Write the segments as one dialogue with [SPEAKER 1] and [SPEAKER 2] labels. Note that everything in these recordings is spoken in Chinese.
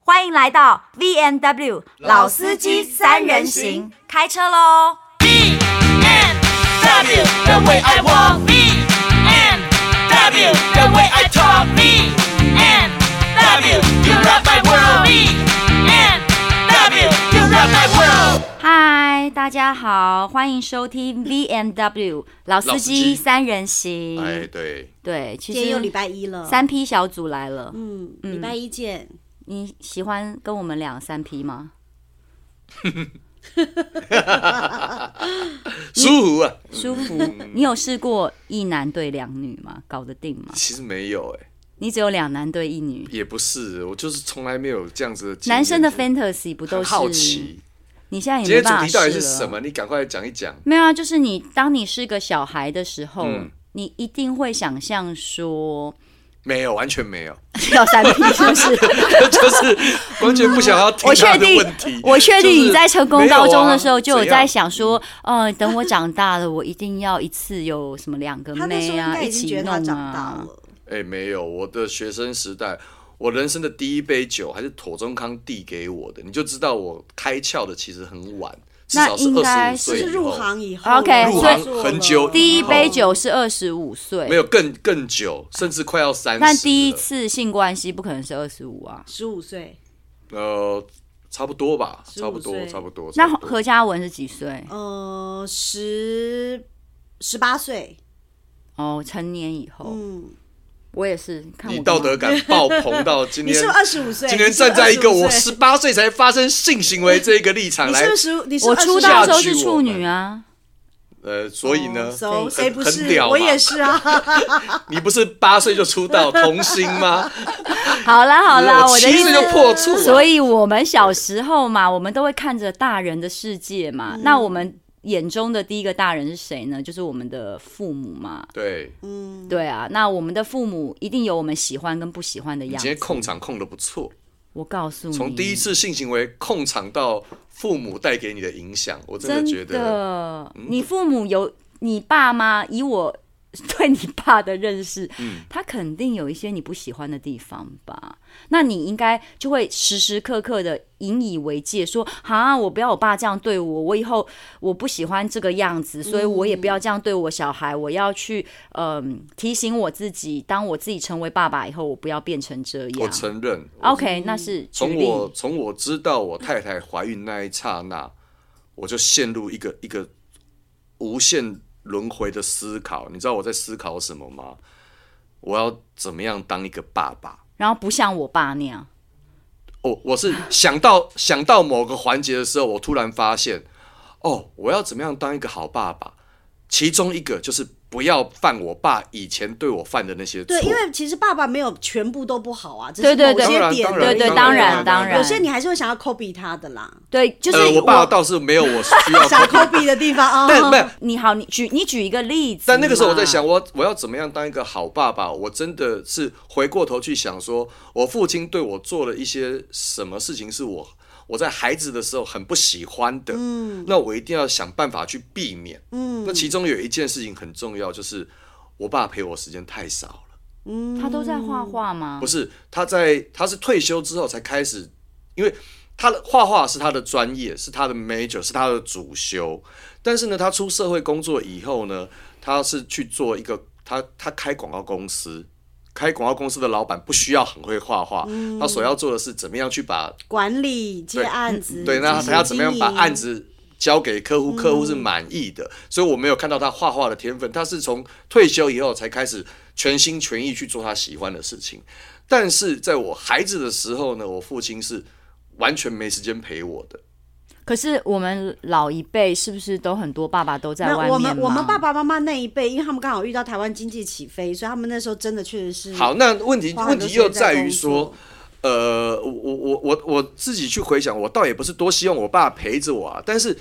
[SPEAKER 1] 欢迎来到 V N W 老司机三人行，开车喽！
[SPEAKER 2] B and W, the way I walk. B and W, the way I talk. B and W, you rock my world. B and W, you rock my world.
[SPEAKER 1] 嗨，大家好，欢迎收听 V N W 老司
[SPEAKER 3] 老司
[SPEAKER 1] 机
[SPEAKER 3] 机
[SPEAKER 1] 三人行。
[SPEAKER 3] 哎，对，
[SPEAKER 1] 对，其
[SPEAKER 4] 今天又礼
[SPEAKER 1] 实
[SPEAKER 4] 拜一了，
[SPEAKER 1] 三 P 小组来了，
[SPEAKER 4] 嗯，
[SPEAKER 1] 嗯
[SPEAKER 4] 礼拜一见。
[SPEAKER 1] 你喜欢跟我们俩三 P 吗？
[SPEAKER 3] 舒服啊。
[SPEAKER 1] 舒服？ 你有试过一男对两女吗？搞得定吗？
[SPEAKER 3] 其实没有、哎，
[SPEAKER 1] 你只有两男对一女，
[SPEAKER 3] 也不是，我就是从来没有这样子的经验。
[SPEAKER 1] 男生的 fantasy 不都
[SPEAKER 3] 很
[SPEAKER 1] 是？
[SPEAKER 3] 好奇，
[SPEAKER 1] 你现在也
[SPEAKER 3] 今
[SPEAKER 1] 没
[SPEAKER 3] 天主
[SPEAKER 1] 办法
[SPEAKER 3] 题到底是
[SPEAKER 1] 试了
[SPEAKER 3] 什么？你赶快讲一讲。
[SPEAKER 1] 没有啊，就是你当你是个小孩的时候，
[SPEAKER 3] 嗯
[SPEAKER 1] 你一定会想象说
[SPEAKER 3] 没有，完全没有，
[SPEAKER 1] 要三 P 是不 是？
[SPEAKER 3] 就是完全不想要听
[SPEAKER 1] 我
[SPEAKER 3] 他
[SPEAKER 1] 确
[SPEAKER 3] 的
[SPEAKER 1] 定
[SPEAKER 3] 问题。
[SPEAKER 1] 我确
[SPEAKER 3] 就
[SPEAKER 1] 定
[SPEAKER 3] 是
[SPEAKER 1] 你在成功
[SPEAKER 3] 没有
[SPEAKER 1] 高中
[SPEAKER 3] 啊
[SPEAKER 1] 的时候就有
[SPEAKER 3] 怎样
[SPEAKER 1] 在想说，呃，等我长大了，我一定要一次有什么两个
[SPEAKER 4] 他那时候
[SPEAKER 1] 妹
[SPEAKER 4] 应
[SPEAKER 1] 啊，
[SPEAKER 4] 该
[SPEAKER 1] 一
[SPEAKER 4] 已经
[SPEAKER 1] 起
[SPEAKER 4] 觉得
[SPEAKER 1] 弄
[SPEAKER 4] 他长大
[SPEAKER 1] 啊。
[SPEAKER 4] 了，
[SPEAKER 3] 哎、没有，我的学生时代，我人生的第一杯酒还是妥中康递给我的，你就知道我开窍的其实很晚，至
[SPEAKER 1] 那
[SPEAKER 3] 少是
[SPEAKER 1] 应该
[SPEAKER 3] 二十五
[SPEAKER 1] 是
[SPEAKER 4] 就
[SPEAKER 3] 岁
[SPEAKER 4] 是
[SPEAKER 3] 以
[SPEAKER 4] 入
[SPEAKER 3] 后
[SPEAKER 4] 行以后
[SPEAKER 1] OK，
[SPEAKER 3] 哦入
[SPEAKER 1] 所以
[SPEAKER 3] 行很久以后哦
[SPEAKER 1] 第一杯酒是二十五岁，
[SPEAKER 3] 没有更更久，甚至快要三十。
[SPEAKER 1] 但第一，次性关系不可能是二十五啊。
[SPEAKER 4] 十五岁，
[SPEAKER 3] 呃，差不多吧，
[SPEAKER 4] 15
[SPEAKER 3] 差不多，
[SPEAKER 4] 岁
[SPEAKER 3] 差不多。
[SPEAKER 1] 那
[SPEAKER 3] 差不多
[SPEAKER 1] 何嘉文是几岁？
[SPEAKER 4] 呃，十十八岁，
[SPEAKER 1] 哦，成年以后，
[SPEAKER 4] 嗯，
[SPEAKER 1] 我也是看我
[SPEAKER 3] 你
[SPEAKER 1] 干
[SPEAKER 3] 道
[SPEAKER 1] 嘛
[SPEAKER 3] 德感爆棚到 今
[SPEAKER 4] 你
[SPEAKER 3] 天
[SPEAKER 4] 是不是，二十五岁？
[SPEAKER 3] 今
[SPEAKER 4] 你
[SPEAKER 3] 天
[SPEAKER 4] 是不是
[SPEAKER 3] 站在一个我
[SPEAKER 4] 25岁
[SPEAKER 3] 十八岁才发生性行为这一个立场
[SPEAKER 4] 你
[SPEAKER 3] 来
[SPEAKER 4] 是不，是你是
[SPEAKER 1] 我
[SPEAKER 4] 25
[SPEAKER 1] 出道的时候是
[SPEAKER 3] 下去
[SPEAKER 1] 处
[SPEAKER 3] 我
[SPEAKER 1] 女啊。
[SPEAKER 3] 呃，所以呢
[SPEAKER 4] 哦，熟
[SPEAKER 1] 很
[SPEAKER 4] 谁不
[SPEAKER 3] 很屌
[SPEAKER 4] 是？
[SPEAKER 3] 嘛
[SPEAKER 4] 我也是 啊，
[SPEAKER 3] 你不是八岁就出道童星吗？
[SPEAKER 1] 好啦好啦，
[SPEAKER 3] 我
[SPEAKER 1] 我的意
[SPEAKER 3] 七
[SPEAKER 1] 思
[SPEAKER 3] 岁就破处了
[SPEAKER 1] 所以我们小时候嘛，我们都会看着大人的世界嘛。
[SPEAKER 3] 嗯
[SPEAKER 1] 那我们眼中的第一个大人是谁呢？就是我们的父母嘛。
[SPEAKER 3] 对，
[SPEAKER 4] 嗯，
[SPEAKER 1] 对啊，那我们的父母一定有我们喜欢跟不喜欢的
[SPEAKER 3] 你
[SPEAKER 1] 样
[SPEAKER 3] 今天
[SPEAKER 1] 子。
[SPEAKER 3] 控场控的不错，
[SPEAKER 1] 我告诉你，
[SPEAKER 3] 从第一次性行为控场到父母带给你的影响，我真的觉
[SPEAKER 1] 真
[SPEAKER 3] 得嗯
[SPEAKER 1] 的，你父母有你爸妈，以我对你爸的认识，
[SPEAKER 3] 嗯
[SPEAKER 1] 他肯定有一些你不喜欢的地方吧？那你应该就会时时刻刻的引以为戒，说啊，我不要我爸这样对我，我以后我不喜欢这个样子，所以我也不要这样对我小孩，我要去嗯、提醒我自己，当我自己成为爸爸以后，我不要变成这
[SPEAKER 3] 我
[SPEAKER 1] 样。
[SPEAKER 3] 承认。
[SPEAKER 1] OK，那是举
[SPEAKER 3] 从
[SPEAKER 1] 例
[SPEAKER 3] 我从我知道我太太怀孕那一刹那，我就陷入一个一个无限轮回的思考。你知道我在思考什么吗？我要怎么样当一个爸爸？
[SPEAKER 1] 然后不像我爸那样。
[SPEAKER 3] 我我是想到 想到某个环节的时候，我突然发现，哦，我要怎么样当一个好爸爸？其中一个就是不要犯我爸以前对我犯的那些错。
[SPEAKER 4] 对，因为其实爸爸没有全部都不好啊，只
[SPEAKER 1] 对
[SPEAKER 4] 是
[SPEAKER 1] 对
[SPEAKER 4] 某
[SPEAKER 1] 对
[SPEAKER 4] 些点
[SPEAKER 3] 当
[SPEAKER 4] 而已，
[SPEAKER 3] 然
[SPEAKER 1] 对对，
[SPEAKER 3] 当
[SPEAKER 1] 然
[SPEAKER 3] 然
[SPEAKER 1] 当
[SPEAKER 3] 当
[SPEAKER 1] 然，
[SPEAKER 4] 有些你还是会想要 copy 他的啦，
[SPEAKER 1] 对，就是
[SPEAKER 3] 呃，我爸倒是没有我需 要
[SPEAKER 4] 想 copy 的地方啊，
[SPEAKER 3] 哦 但没有，
[SPEAKER 1] 嗯你好，你举你举一个例子。
[SPEAKER 3] 但那个时候我在想，，我我要怎么样当一个好爸爸？我真的是回过头去想说，我父亲对我做了一些什么事情，是我我在孩子的时候很不喜欢的。嗯，那我一定要想办法去避免。嗯，那其中有一件事情很重要，就是我爸陪我时间太少了。
[SPEAKER 1] 他都在画画吗
[SPEAKER 3] 嗯不？是他在他是退休之后才开始，因为他的画画是他的专业，是他的 major，是他的主修。但是呢，他出社会工作以后呢，他是去做一个他他开广告公司。开广告公司的老板不需要很会画画，他所要做的是怎么样去把
[SPEAKER 4] 管理接案子，
[SPEAKER 3] 对，那他要怎么样把案
[SPEAKER 4] 子？
[SPEAKER 3] 子交给客户，客户是满意的，
[SPEAKER 4] 嗯
[SPEAKER 3] 所以我没有看到他画画的天分，他是从退休以后才开始全心全意去做他喜欢的事情。但是在我孩子的时候呢，我父亲是完全没时间陪我的。
[SPEAKER 1] 可是我们老一辈是不是都很多爸爸都在
[SPEAKER 4] 没有
[SPEAKER 1] 外面
[SPEAKER 4] 我们我们
[SPEAKER 1] 忙
[SPEAKER 4] 爸爸妈妈那一辈，因为他们刚好遇到台湾经济起飞，所以他们那时候真的确实是
[SPEAKER 3] 好，那问题
[SPEAKER 4] 花
[SPEAKER 3] 问
[SPEAKER 4] 很多
[SPEAKER 3] 题
[SPEAKER 4] 时间
[SPEAKER 3] 又在于
[SPEAKER 4] 工
[SPEAKER 3] 说
[SPEAKER 4] 作，，
[SPEAKER 3] 呃，我我我我自己去回想，我倒也不是多希望我爸陪着我啊，但是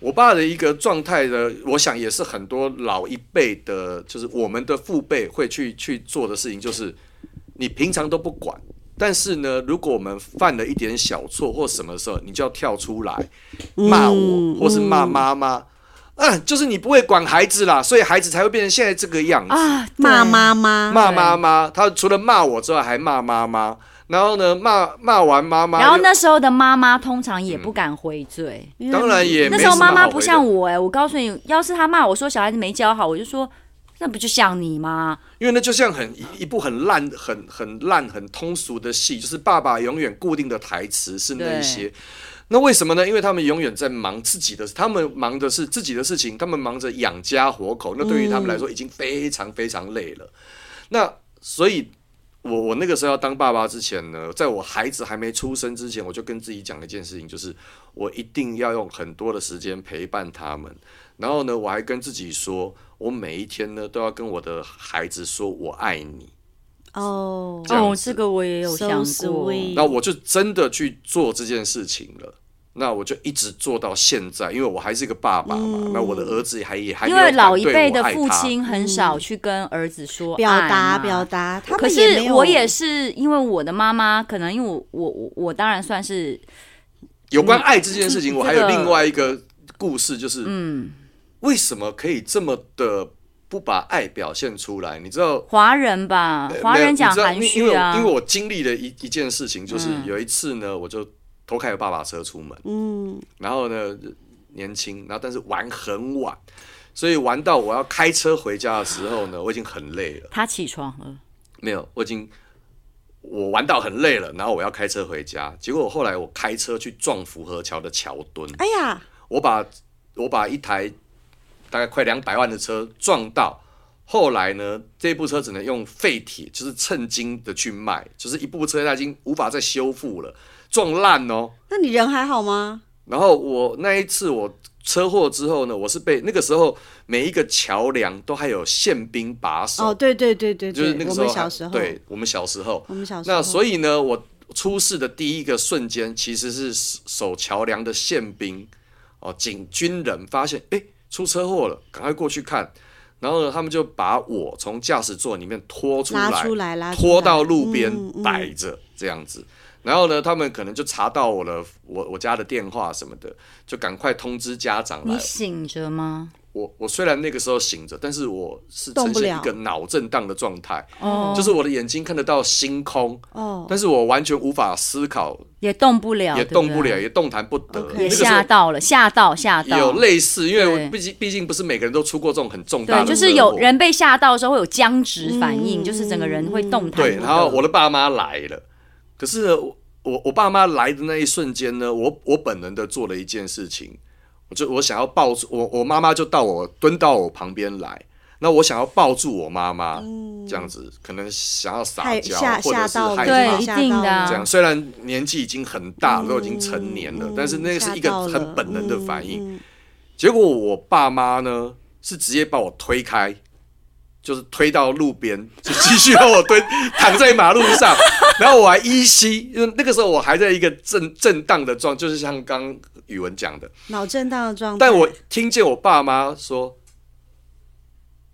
[SPEAKER 3] 我爸的一个状态呢，我想也是很多老一辈的，就是我们的父辈会去去做的事情，就是你平常都不管。但是呢，如果我们犯了一点小错或什么时候，你就要跳出来骂我，或是骂妈妈，啊，就是你不会管孩子啦，所以孩子才会变成现在这个样子。
[SPEAKER 1] 啊？对
[SPEAKER 4] 骂妈妈，
[SPEAKER 3] 骂妈妈，他除了骂我之外还骂妈妈。然后呢，骂骂完妈妈又，
[SPEAKER 1] 然后那时候的妈妈通常也不敢回嘴，
[SPEAKER 4] 因为
[SPEAKER 3] 当然嗯也没
[SPEAKER 1] 那
[SPEAKER 3] 什
[SPEAKER 1] 时
[SPEAKER 3] 么
[SPEAKER 1] 候妈妈
[SPEAKER 3] 好
[SPEAKER 1] 不
[SPEAKER 3] 回的
[SPEAKER 1] 像我哎、我告诉你，要是她骂我说小孩子没教好，我就说那不就像你吗？
[SPEAKER 3] 因为那就像很一一部很烂、很很烂、很通俗的戏，就是爸爸永远固定的台词是那一些。那为什么呢？因为他们永远在忙自己的，他们忙的是自己的事情，他们忙着养家活口。那对于他们来说，已经非常非常累了。那所以我，我那个时候要当爸爸之前呢，在我孩子还没出生之前，我就跟自己讲一件事情，就是我一定要用很多的时间陪伴他们。然后呢，我还跟自己说，我每一天呢都要跟我的孩子说我爱你。
[SPEAKER 4] 哦，
[SPEAKER 3] 这样
[SPEAKER 1] 哦，
[SPEAKER 3] 子
[SPEAKER 1] 这个我也有
[SPEAKER 4] So
[SPEAKER 1] 想过。
[SPEAKER 4] sweet
[SPEAKER 3] 那我就真的去做这件事情了。那我就一直做到现在，因为我还是一个爸爸嘛。那我的儿子还也还
[SPEAKER 1] 嗯因
[SPEAKER 3] 没有
[SPEAKER 1] 为老
[SPEAKER 3] 反
[SPEAKER 1] 一
[SPEAKER 3] 对
[SPEAKER 1] 辈
[SPEAKER 3] 我
[SPEAKER 1] 的
[SPEAKER 3] 爱
[SPEAKER 1] 父
[SPEAKER 3] 他
[SPEAKER 1] 亲很少去跟儿子说
[SPEAKER 4] 嗯表
[SPEAKER 1] 爱
[SPEAKER 4] 达
[SPEAKER 1] 嘛
[SPEAKER 4] 表达，他
[SPEAKER 1] 可
[SPEAKER 4] 们
[SPEAKER 1] 是
[SPEAKER 4] 没有
[SPEAKER 1] 我也是因为我的妈妈，可能因为我我我我当然算是
[SPEAKER 3] 有关爱这件事情，
[SPEAKER 1] 嗯
[SPEAKER 3] 我还
[SPEAKER 1] 这
[SPEAKER 3] 有
[SPEAKER 1] 个
[SPEAKER 3] 另外一
[SPEAKER 1] 嗯
[SPEAKER 3] 个故事，就是为什么可以这么的不把爱表现出来？你知道
[SPEAKER 1] 华人
[SPEAKER 3] 呃
[SPEAKER 1] 吧，华人讲含
[SPEAKER 3] 因为
[SPEAKER 1] 蓄
[SPEAKER 3] 因为
[SPEAKER 1] 啊嗯
[SPEAKER 3] 我因为我经历了一一件事情，就是有一次呢，我就偷开我爸爸车出门，嗯，然后呢年轻，然后但是玩很晚，所以玩到我要开车回家的时候呢，我已经很累了，
[SPEAKER 1] 他起床了，
[SPEAKER 3] 没有，我已经我玩到很累了，然后我要开车回家，结果后来我开车去撞福和桥的桥墩，
[SPEAKER 4] 哎呀，
[SPEAKER 3] 我把我把一台大概快两百万的车撞到，后来呢，这部车只能用废铁，就是称斤的去卖，就是一部车它已经无法再修复了，撞烂哦。
[SPEAKER 4] 那你人还好吗？
[SPEAKER 3] 然后我那一次我车祸之后呢，我是被那个时候每一个桥梁都还有宪兵把守，
[SPEAKER 4] 哦，对对对对
[SPEAKER 3] 就
[SPEAKER 4] 对，
[SPEAKER 3] 是那个
[SPEAKER 4] 我
[SPEAKER 3] 时候
[SPEAKER 4] 们
[SPEAKER 3] 还，
[SPEAKER 4] 小时候，
[SPEAKER 3] 对，我们小时候，
[SPEAKER 4] 我们小时候，
[SPEAKER 3] 那所以呢，我出事的第一个瞬间其实是守桥梁的宪兵哦，警军人发现哎出车祸了，赶快过去看。然后呢，他们就把我从驾驶座里面拖出来，
[SPEAKER 4] 拉出来拉出来
[SPEAKER 3] 拖到路边
[SPEAKER 4] 嗯嗯
[SPEAKER 3] 摆着这样子。然后呢，他们可能就查到我了，我我家的电话什么的，就赶快通知家长来
[SPEAKER 1] 你。
[SPEAKER 4] 嗯
[SPEAKER 1] 醒着吗？
[SPEAKER 3] 我我虽然那个时候醒着，但是我是
[SPEAKER 4] 动
[SPEAKER 3] 呈
[SPEAKER 4] 不
[SPEAKER 3] 现
[SPEAKER 4] 了
[SPEAKER 3] 一个脑震荡的状态，
[SPEAKER 1] 哦，
[SPEAKER 3] 就是我的眼睛看得到星空，
[SPEAKER 4] 哦，
[SPEAKER 3] 但是我完全无法思考，
[SPEAKER 1] 也动不了，
[SPEAKER 3] 也
[SPEAKER 1] 对
[SPEAKER 3] 动
[SPEAKER 1] 对
[SPEAKER 3] 不了，也动弹不得。
[SPEAKER 4] OK
[SPEAKER 3] 那
[SPEAKER 1] 也
[SPEAKER 3] 个时
[SPEAKER 1] 吓
[SPEAKER 3] 候
[SPEAKER 1] 到了，吓到吓到，
[SPEAKER 3] 有类似，因为
[SPEAKER 1] 对
[SPEAKER 3] 我毕竟毕竟不是每个人都出过这种很重大
[SPEAKER 1] 对，
[SPEAKER 3] 的，
[SPEAKER 1] 就是有。人被吓到的时候会有僵直反应，就是整个人会动弹不得。
[SPEAKER 3] 对，然后我的爸妈来了，可是呢我我我爸妈来的那一瞬间呢，我我本能的做了一件事情，我就我想要抱住我我妈妈就到我蹲到我旁边来，那我想要抱住我妈妈，这样子可能想要撒
[SPEAKER 4] 嗯害
[SPEAKER 3] 娇
[SPEAKER 4] 吓
[SPEAKER 3] 或
[SPEAKER 4] 吓
[SPEAKER 3] 者是
[SPEAKER 4] 到了，
[SPEAKER 3] 害
[SPEAKER 1] 对
[SPEAKER 3] 怕
[SPEAKER 1] 一
[SPEAKER 4] 吓
[SPEAKER 1] 定
[SPEAKER 4] 到
[SPEAKER 1] 的啊
[SPEAKER 3] 这样，虽然年纪已经很大，都已经成年了，但是那
[SPEAKER 4] 嗯吓
[SPEAKER 3] 是一个
[SPEAKER 4] 到了
[SPEAKER 3] 很本能的反应。
[SPEAKER 4] 嗯嗯
[SPEAKER 3] 结果我爸妈呢是直接把我推开，就是推到路边， 就继续把我推 躺在马路上， 然后我还依稀，因为那个时候我还在一个震震荡的状，就是像刚刚宇文讲的，
[SPEAKER 4] 脑震荡的状态。
[SPEAKER 3] 但我听见我爸妈说，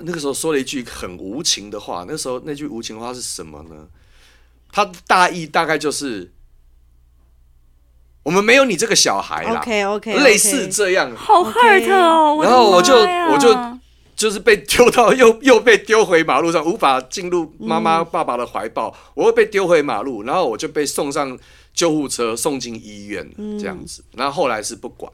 [SPEAKER 3] 那个时候说了一句很无情的话。那时候那句无情话是什么呢？他大意大概就是，我们没有你这个小孩啦
[SPEAKER 4] OK OK，
[SPEAKER 3] 类似这样，
[SPEAKER 1] 好 hurt 哦！我的
[SPEAKER 3] 然后我就
[SPEAKER 1] 妈呀
[SPEAKER 3] 我就就是被丢到又又被丢回马路上，无法进入妈妈爸爸的怀抱，我又被丢回马路，然后我就被送上救护车，送进医院了这样子。然后后来是不管。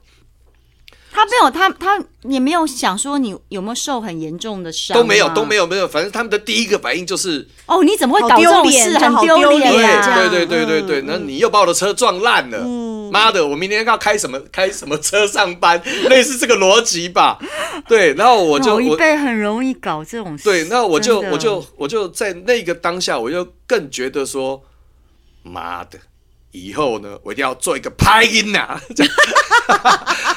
[SPEAKER 1] 他没有他他也没有想说你有没有受很严重的伤啊，
[SPEAKER 3] 都没有，都没有，没有，反正他们的第一个反应就是，
[SPEAKER 1] 哦，你怎么会
[SPEAKER 4] 好
[SPEAKER 1] 搞这
[SPEAKER 4] 丢
[SPEAKER 1] 种
[SPEAKER 4] 脸
[SPEAKER 1] 事？
[SPEAKER 4] 就
[SPEAKER 1] 很
[SPEAKER 4] 好
[SPEAKER 1] 丢
[SPEAKER 4] 丢
[SPEAKER 1] 脸啊
[SPEAKER 4] 脸
[SPEAKER 1] 哎呀、
[SPEAKER 4] 这样
[SPEAKER 3] 对对对对对，那、你又把我的车撞烂了，妈的，我明天要开什么开什么车上班， 类似这个逻辑吧，对，然后我就
[SPEAKER 1] 老一
[SPEAKER 3] 我
[SPEAKER 1] 辈很容易搞这种事。
[SPEAKER 3] 对，那我就
[SPEAKER 1] 真的
[SPEAKER 3] 我就我就在那个当下，我就更觉得说，妈的，以后呢，我一定要做一个拍音呐、啊。这样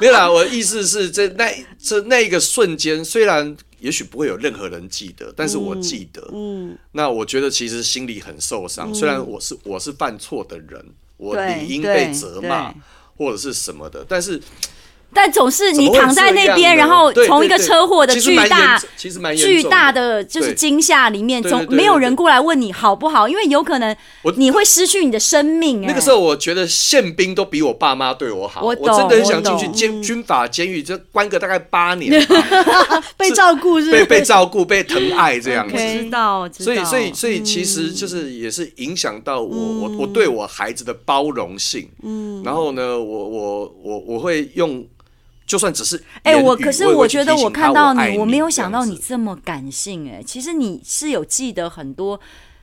[SPEAKER 3] 没有啦，我的意思是这那这那一个瞬间，虽然也许不会有任何人记得，但是我记得。嗯，那我觉得其实心里很受伤，虽然我是我是犯错的人，我
[SPEAKER 1] 对
[SPEAKER 3] 理
[SPEAKER 1] 嗯
[SPEAKER 3] 应
[SPEAKER 1] 对
[SPEAKER 3] 被责骂
[SPEAKER 1] 对
[SPEAKER 3] 或者是什么的，但是
[SPEAKER 1] 但总是
[SPEAKER 3] 怎
[SPEAKER 1] 你
[SPEAKER 3] 么会
[SPEAKER 1] 躺在那
[SPEAKER 3] 这样
[SPEAKER 1] 边，
[SPEAKER 3] 呢
[SPEAKER 1] 然后
[SPEAKER 3] 对
[SPEAKER 1] 从一个
[SPEAKER 3] 对对
[SPEAKER 1] 车祸的
[SPEAKER 3] 其实
[SPEAKER 1] 巨
[SPEAKER 3] 蛮严
[SPEAKER 1] 大
[SPEAKER 3] 重其实蛮严
[SPEAKER 1] 巨
[SPEAKER 3] 重
[SPEAKER 1] 大的就是
[SPEAKER 3] 对
[SPEAKER 1] 惊吓里面，
[SPEAKER 3] 对
[SPEAKER 1] 总
[SPEAKER 3] 对对
[SPEAKER 1] 没有
[SPEAKER 3] 对
[SPEAKER 1] 人
[SPEAKER 3] 对
[SPEAKER 1] 过来问你好不好，因为有可能
[SPEAKER 3] 我
[SPEAKER 1] 你会失去你的生命、哎
[SPEAKER 3] 那个时候，我觉得宪兵都比我爸妈对我好，
[SPEAKER 1] 我
[SPEAKER 3] 我
[SPEAKER 1] 懂
[SPEAKER 3] 真的很想进
[SPEAKER 1] 我
[SPEAKER 3] 去
[SPEAKER 1] 懂
[SPEAKER 3] 监军法监狱，这关个大概八年吧，
[SPEAKER 4] 被照顾是不
[SPEAKER 3] 被
[SPEAKER 4] 是
[SPEAKER 3] 被照顾、被疼爱这样子。
[SPEAKER 4] OK
[SPEAKER 1] 知道，知道
[SPEAKER 3] 所以，所以，所以，其实就是也是影响到我，我我对我孩子的包容性。嗯，然后呢，我我我我会用，就算只是
[SPEAKER 1] 哎、
[SPEAKER 3] 言语
[SPEAKER 1] 我可是
[SPEAKER 3] 也会
[SPEAKER 1] 我
[SPEAKER 3] 去
[SPEAKER 1] 觉得
[SPEAKER 3] 提醒
[SPEAKER 1] 我
[SPEAKER 3] 他
[SPEAKER 1] 看到
[SPEAKER 3] 我爱
[SPEAKER 1] 你，
[SPEAKER 3] 你，
[SPEAKER 1] 我没有想到
[SPEAKER 3] 这
[SPEAKER 1] 你
[SPEAKER 3] 样子
[SPEAKER 1] 这么感性、哎，其实你是有记得很多，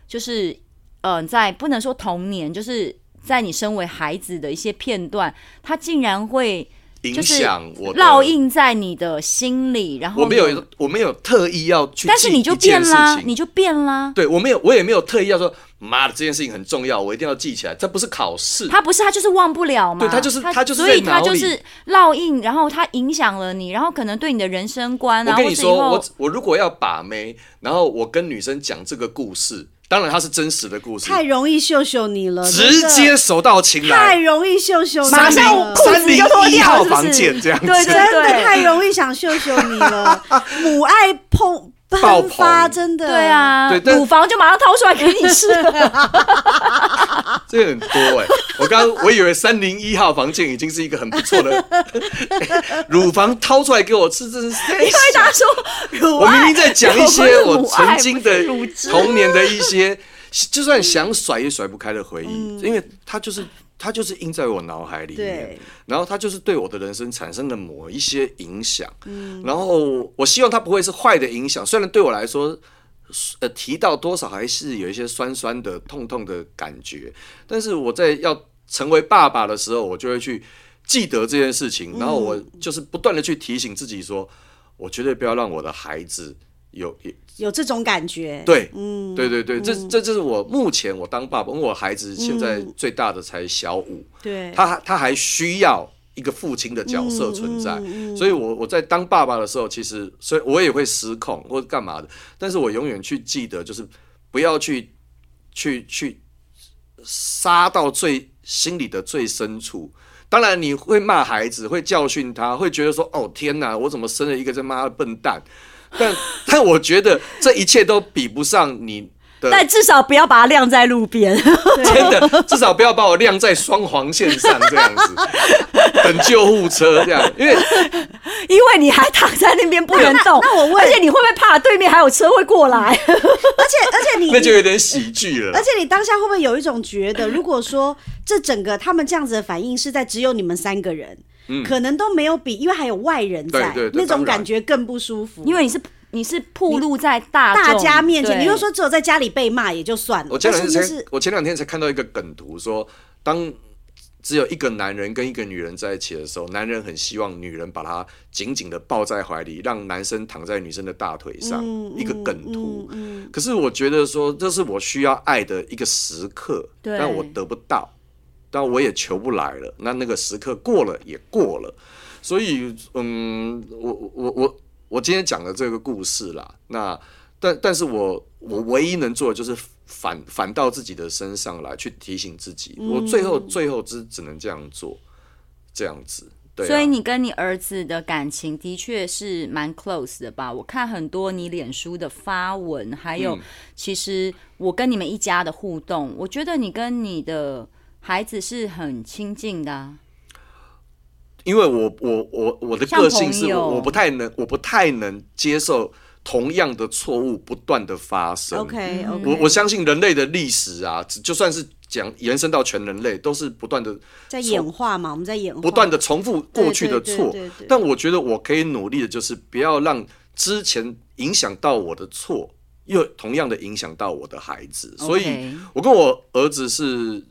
[SPEAKER 1] 就是呃，在不能说童年，就是在你身为孩子的一些片段，它竟然会就
[SPEAKER 3] 影
[SPEAKER 1] 是
[SPEAKER 3] 响我的
[SPEAKER 1] 烙印在你的心里，然后
[SPEAKER 3] 我没
[SPEAKER 1] 你
[SPEAKER 3] 有，我没有特意要去记一件事情，
[SPEAKER 1] 但是你就变啦，你就变啦。
[SPEAKER 3] 对我没有，我也没有特意要说，妈的，这件事情很重要，我一定要记起来。这不是考试，
[SPEAKER 1] 他不是，他就是忘不了嘛。
[SPEAKER 3] 对他就是他就是
[SPEAKER 1] 所以
[SPEAKER 3] 在
[SPEAKER 1] 他
[SPEAKER 3] 脑里
[SPEAKER 1] 就是烙印，然后他影响了你，然后可能对你的人生观啊，
[SPEAKER 3] 我跟你
[SPEAKER 1] 或
[SPEAKER 3] 说，
[SPEAKER 1] 是以后
[SPEAKER 3] 我我如果要把妹，然后我跟女生讲这个故事，当然它是真实的故事，
[SPEAKER 4] 太容易秀秀你了，
[SPEAKER 3] 直
[SPEAKER 4] 真
[SPEAKER 3] 接
[SPEAKER 4] 的
[SPEAKER 3] 手到擒
[SPEAKER 4] 太
[SPEAKER 3] 来，
[SPEAKER 4] 容易秀秀你了，
[SPEAKER 1] 马上裤
[SPEAKER 3] 三
[SPEAKER 1] 子
[SPEAKER 3] 零
[SPEAKER 1] 就脱
[SPEAKER 3] 一
[SPEAKER 1] 掉，
[SPEAKER 3] 号
[SPEAKER 1] 是不
[SPEAKER 3] 房
[SPEAKER 1] 是
[SPEAKER 3] 间这样子
[SPEAKER 1] 对对
[SPEAKER 4] 真的
[SPEAKER 1] 对，
[SPEAKER 4] 太容易想秀秀你了， 母爱碰
[SPEAKER 3] 爆
[SPEAKER 4] 喷
[SPEAKER 3] 棚
[SPEAKER 4] 发，真的
[SPEAKER 1] 对，啊
[SPEAKER 3] 对，但
[SPEAKER 1] 乳房就马上掏出来给你 吃。
[SPEAKER 3] 这个很多哎、我刚我以为三零一号房间已经是一个很不错的， 乳房掏出来给我吃，这是因为
[SPEAKER 1] 他说乳
[SPEAKER 3] 我
[SPEAKER 1] 爱，
[SPEAKER 3] 明明在讲一些我曾经的
[SPEAKER 1] 乳爱不是乳汁
[SPEAKER 3] 童年的一些， 就算想甩也甩不开的回
[SPEAKER 1] 嗯
[SPEAKER 3] 忆，因为它就是它就是印在我脑海里面
[SPEAKER 4] 对，
[SPEAKER 3] 然后它就是对我的人生产生了某一些影响，
[SPEAKER 1] 嗯
[SPEAKER 3] 然后我希望它不会是坏的影响，虽然对我来说。呃，提到多少还是有一些酸酸的、痛痛的感觉，但是我在要成为爸爸的时候，我就会去记得这件事
[SPEAKER 1] 嗯
[SPEAKER 3] 情，然后我就是不断的去提醒自己说，我绝对不要让我的孩子有也
[SPEAKER 4] 有这种感觉，
[SPEAKER 3] 对，嗯，嗯对对对，这这就是我目前我当爸爸，因为我孩子现在最大的才小五，
[SPEAKER 4] 对，
[SPEAKER 3] 他他还需要一个父亲的角色存在，所以我我在当爸爸的时候，其实所以我也会失控或者干嘛的，但是我永远去记得，就是不要去去去杀到最心里的最深处。当然，你会骂孩子，会教训他，会觉得说：“哦，天哪，我怎么生了一个这妈的笨蛋？”但 但我觉得这一切都比不上你的
[SPEAKER 1] 但至少不要把它晾在路边。
[SPEAKER 3] 真的，至少不要把我晾在双黄线上这样子，等救护车这样，因为
[SPEAKER 1] 因为你还躺在那边不能动。
[SPEAKER 4] 那那我问
[SPEAKER 1] 而且你会不会怕对面还有车会过来？
[SPEAKER 4] 而且而且你
[SPEAKER 3] 那就有点喜剧了
[SPEAKER 4] 而。且你当下会不会有一种觉得，如果说这整个他们这样子的反应是在只有你们三个人，可能都没有比，因为还有外人在，
[SPEAKER 3] 嗯对对对
[SPEAKER 4] 那种
[SPEAKER 3] 当然
[SPEAKER 4] 感觉更不舒服。
[SPEAKER 1] 因为你是你是暴露在大
[SPEAKER 4] 大
[SPEAKER 1] 众
[SPEAKER 4] 家面前，
[SPEAKER 1] 对
[SPEAKER 4] 你就说只有在家里被骂也就算了，
[SPEAKER 3] 我前两
[SPEAKER 4] 但
[SPEAKER 3] 天
[SPEAKER 4] 是
[SPEAKER 3] 才
[SPEAKER 4] 是，
[SPEAKER 3] 我前两天才看到一个梗图说当只有一个男人跟一个女人在一起的时候，男人很希望女人把他紧紧的抱在怀里，让男生躺在女生的大腿上，一个梗图。可是我觉得说，这是我需要爱的一个时刻，
[SPEAKER 1] 对
[SPEAKER 3] 但我得不到，但我也求不来了。那那个时刻过了也过了，所以嗯，我我我我今天讲的这个故事啦，那但但是我我唯一能做的就是反反到自己的身上来，去提醒自己，我最后
[SPEAKER 1] 嗯
[SPEAKER 3] 最后只只能这样做，这样子。对啊、
[SPEAKER 1] 所以你跟你儿子的感情的确是蛮 close 的吧？我看很多你脸书的发文，还有
[SPEAKER 3] 嗯
[SPEAKER 1] 其实我跟你们一家的互动，我觉得你跟你的孩子是很亲近的啊、
[SPEAKER 3] 因为我我我我的
[SPEAKER 1] 像
[SPEAKER 3] 个性是
[SPEAKER 1] 朋友
[SPEAKER 3] 我我不太能我不太能接受同样的错误不断的发生。
[SPEAKER 1] 嗯
[SPEAKER 4] OK OK，
[SPEAKER 3] 我我相信人类的历史啊，只就算是讲延伸到全人类，都是不断的
[SPEAKER 4] 在演化嘛，我们在演化，
[SPEAKER 3] 不断的重复过去的
[SPEAKER 4] 对对
[SPEAKER 3] 错
[SPEAKER 4] 对对对。
[SPEAKER 3] 但我觉得我可以努力的就是不要让之前影响到我的错，又同样的影响到我的孩子。所以
[SPEAKER 1] OK，
[SPEAKER 3] 我跟我儿子是，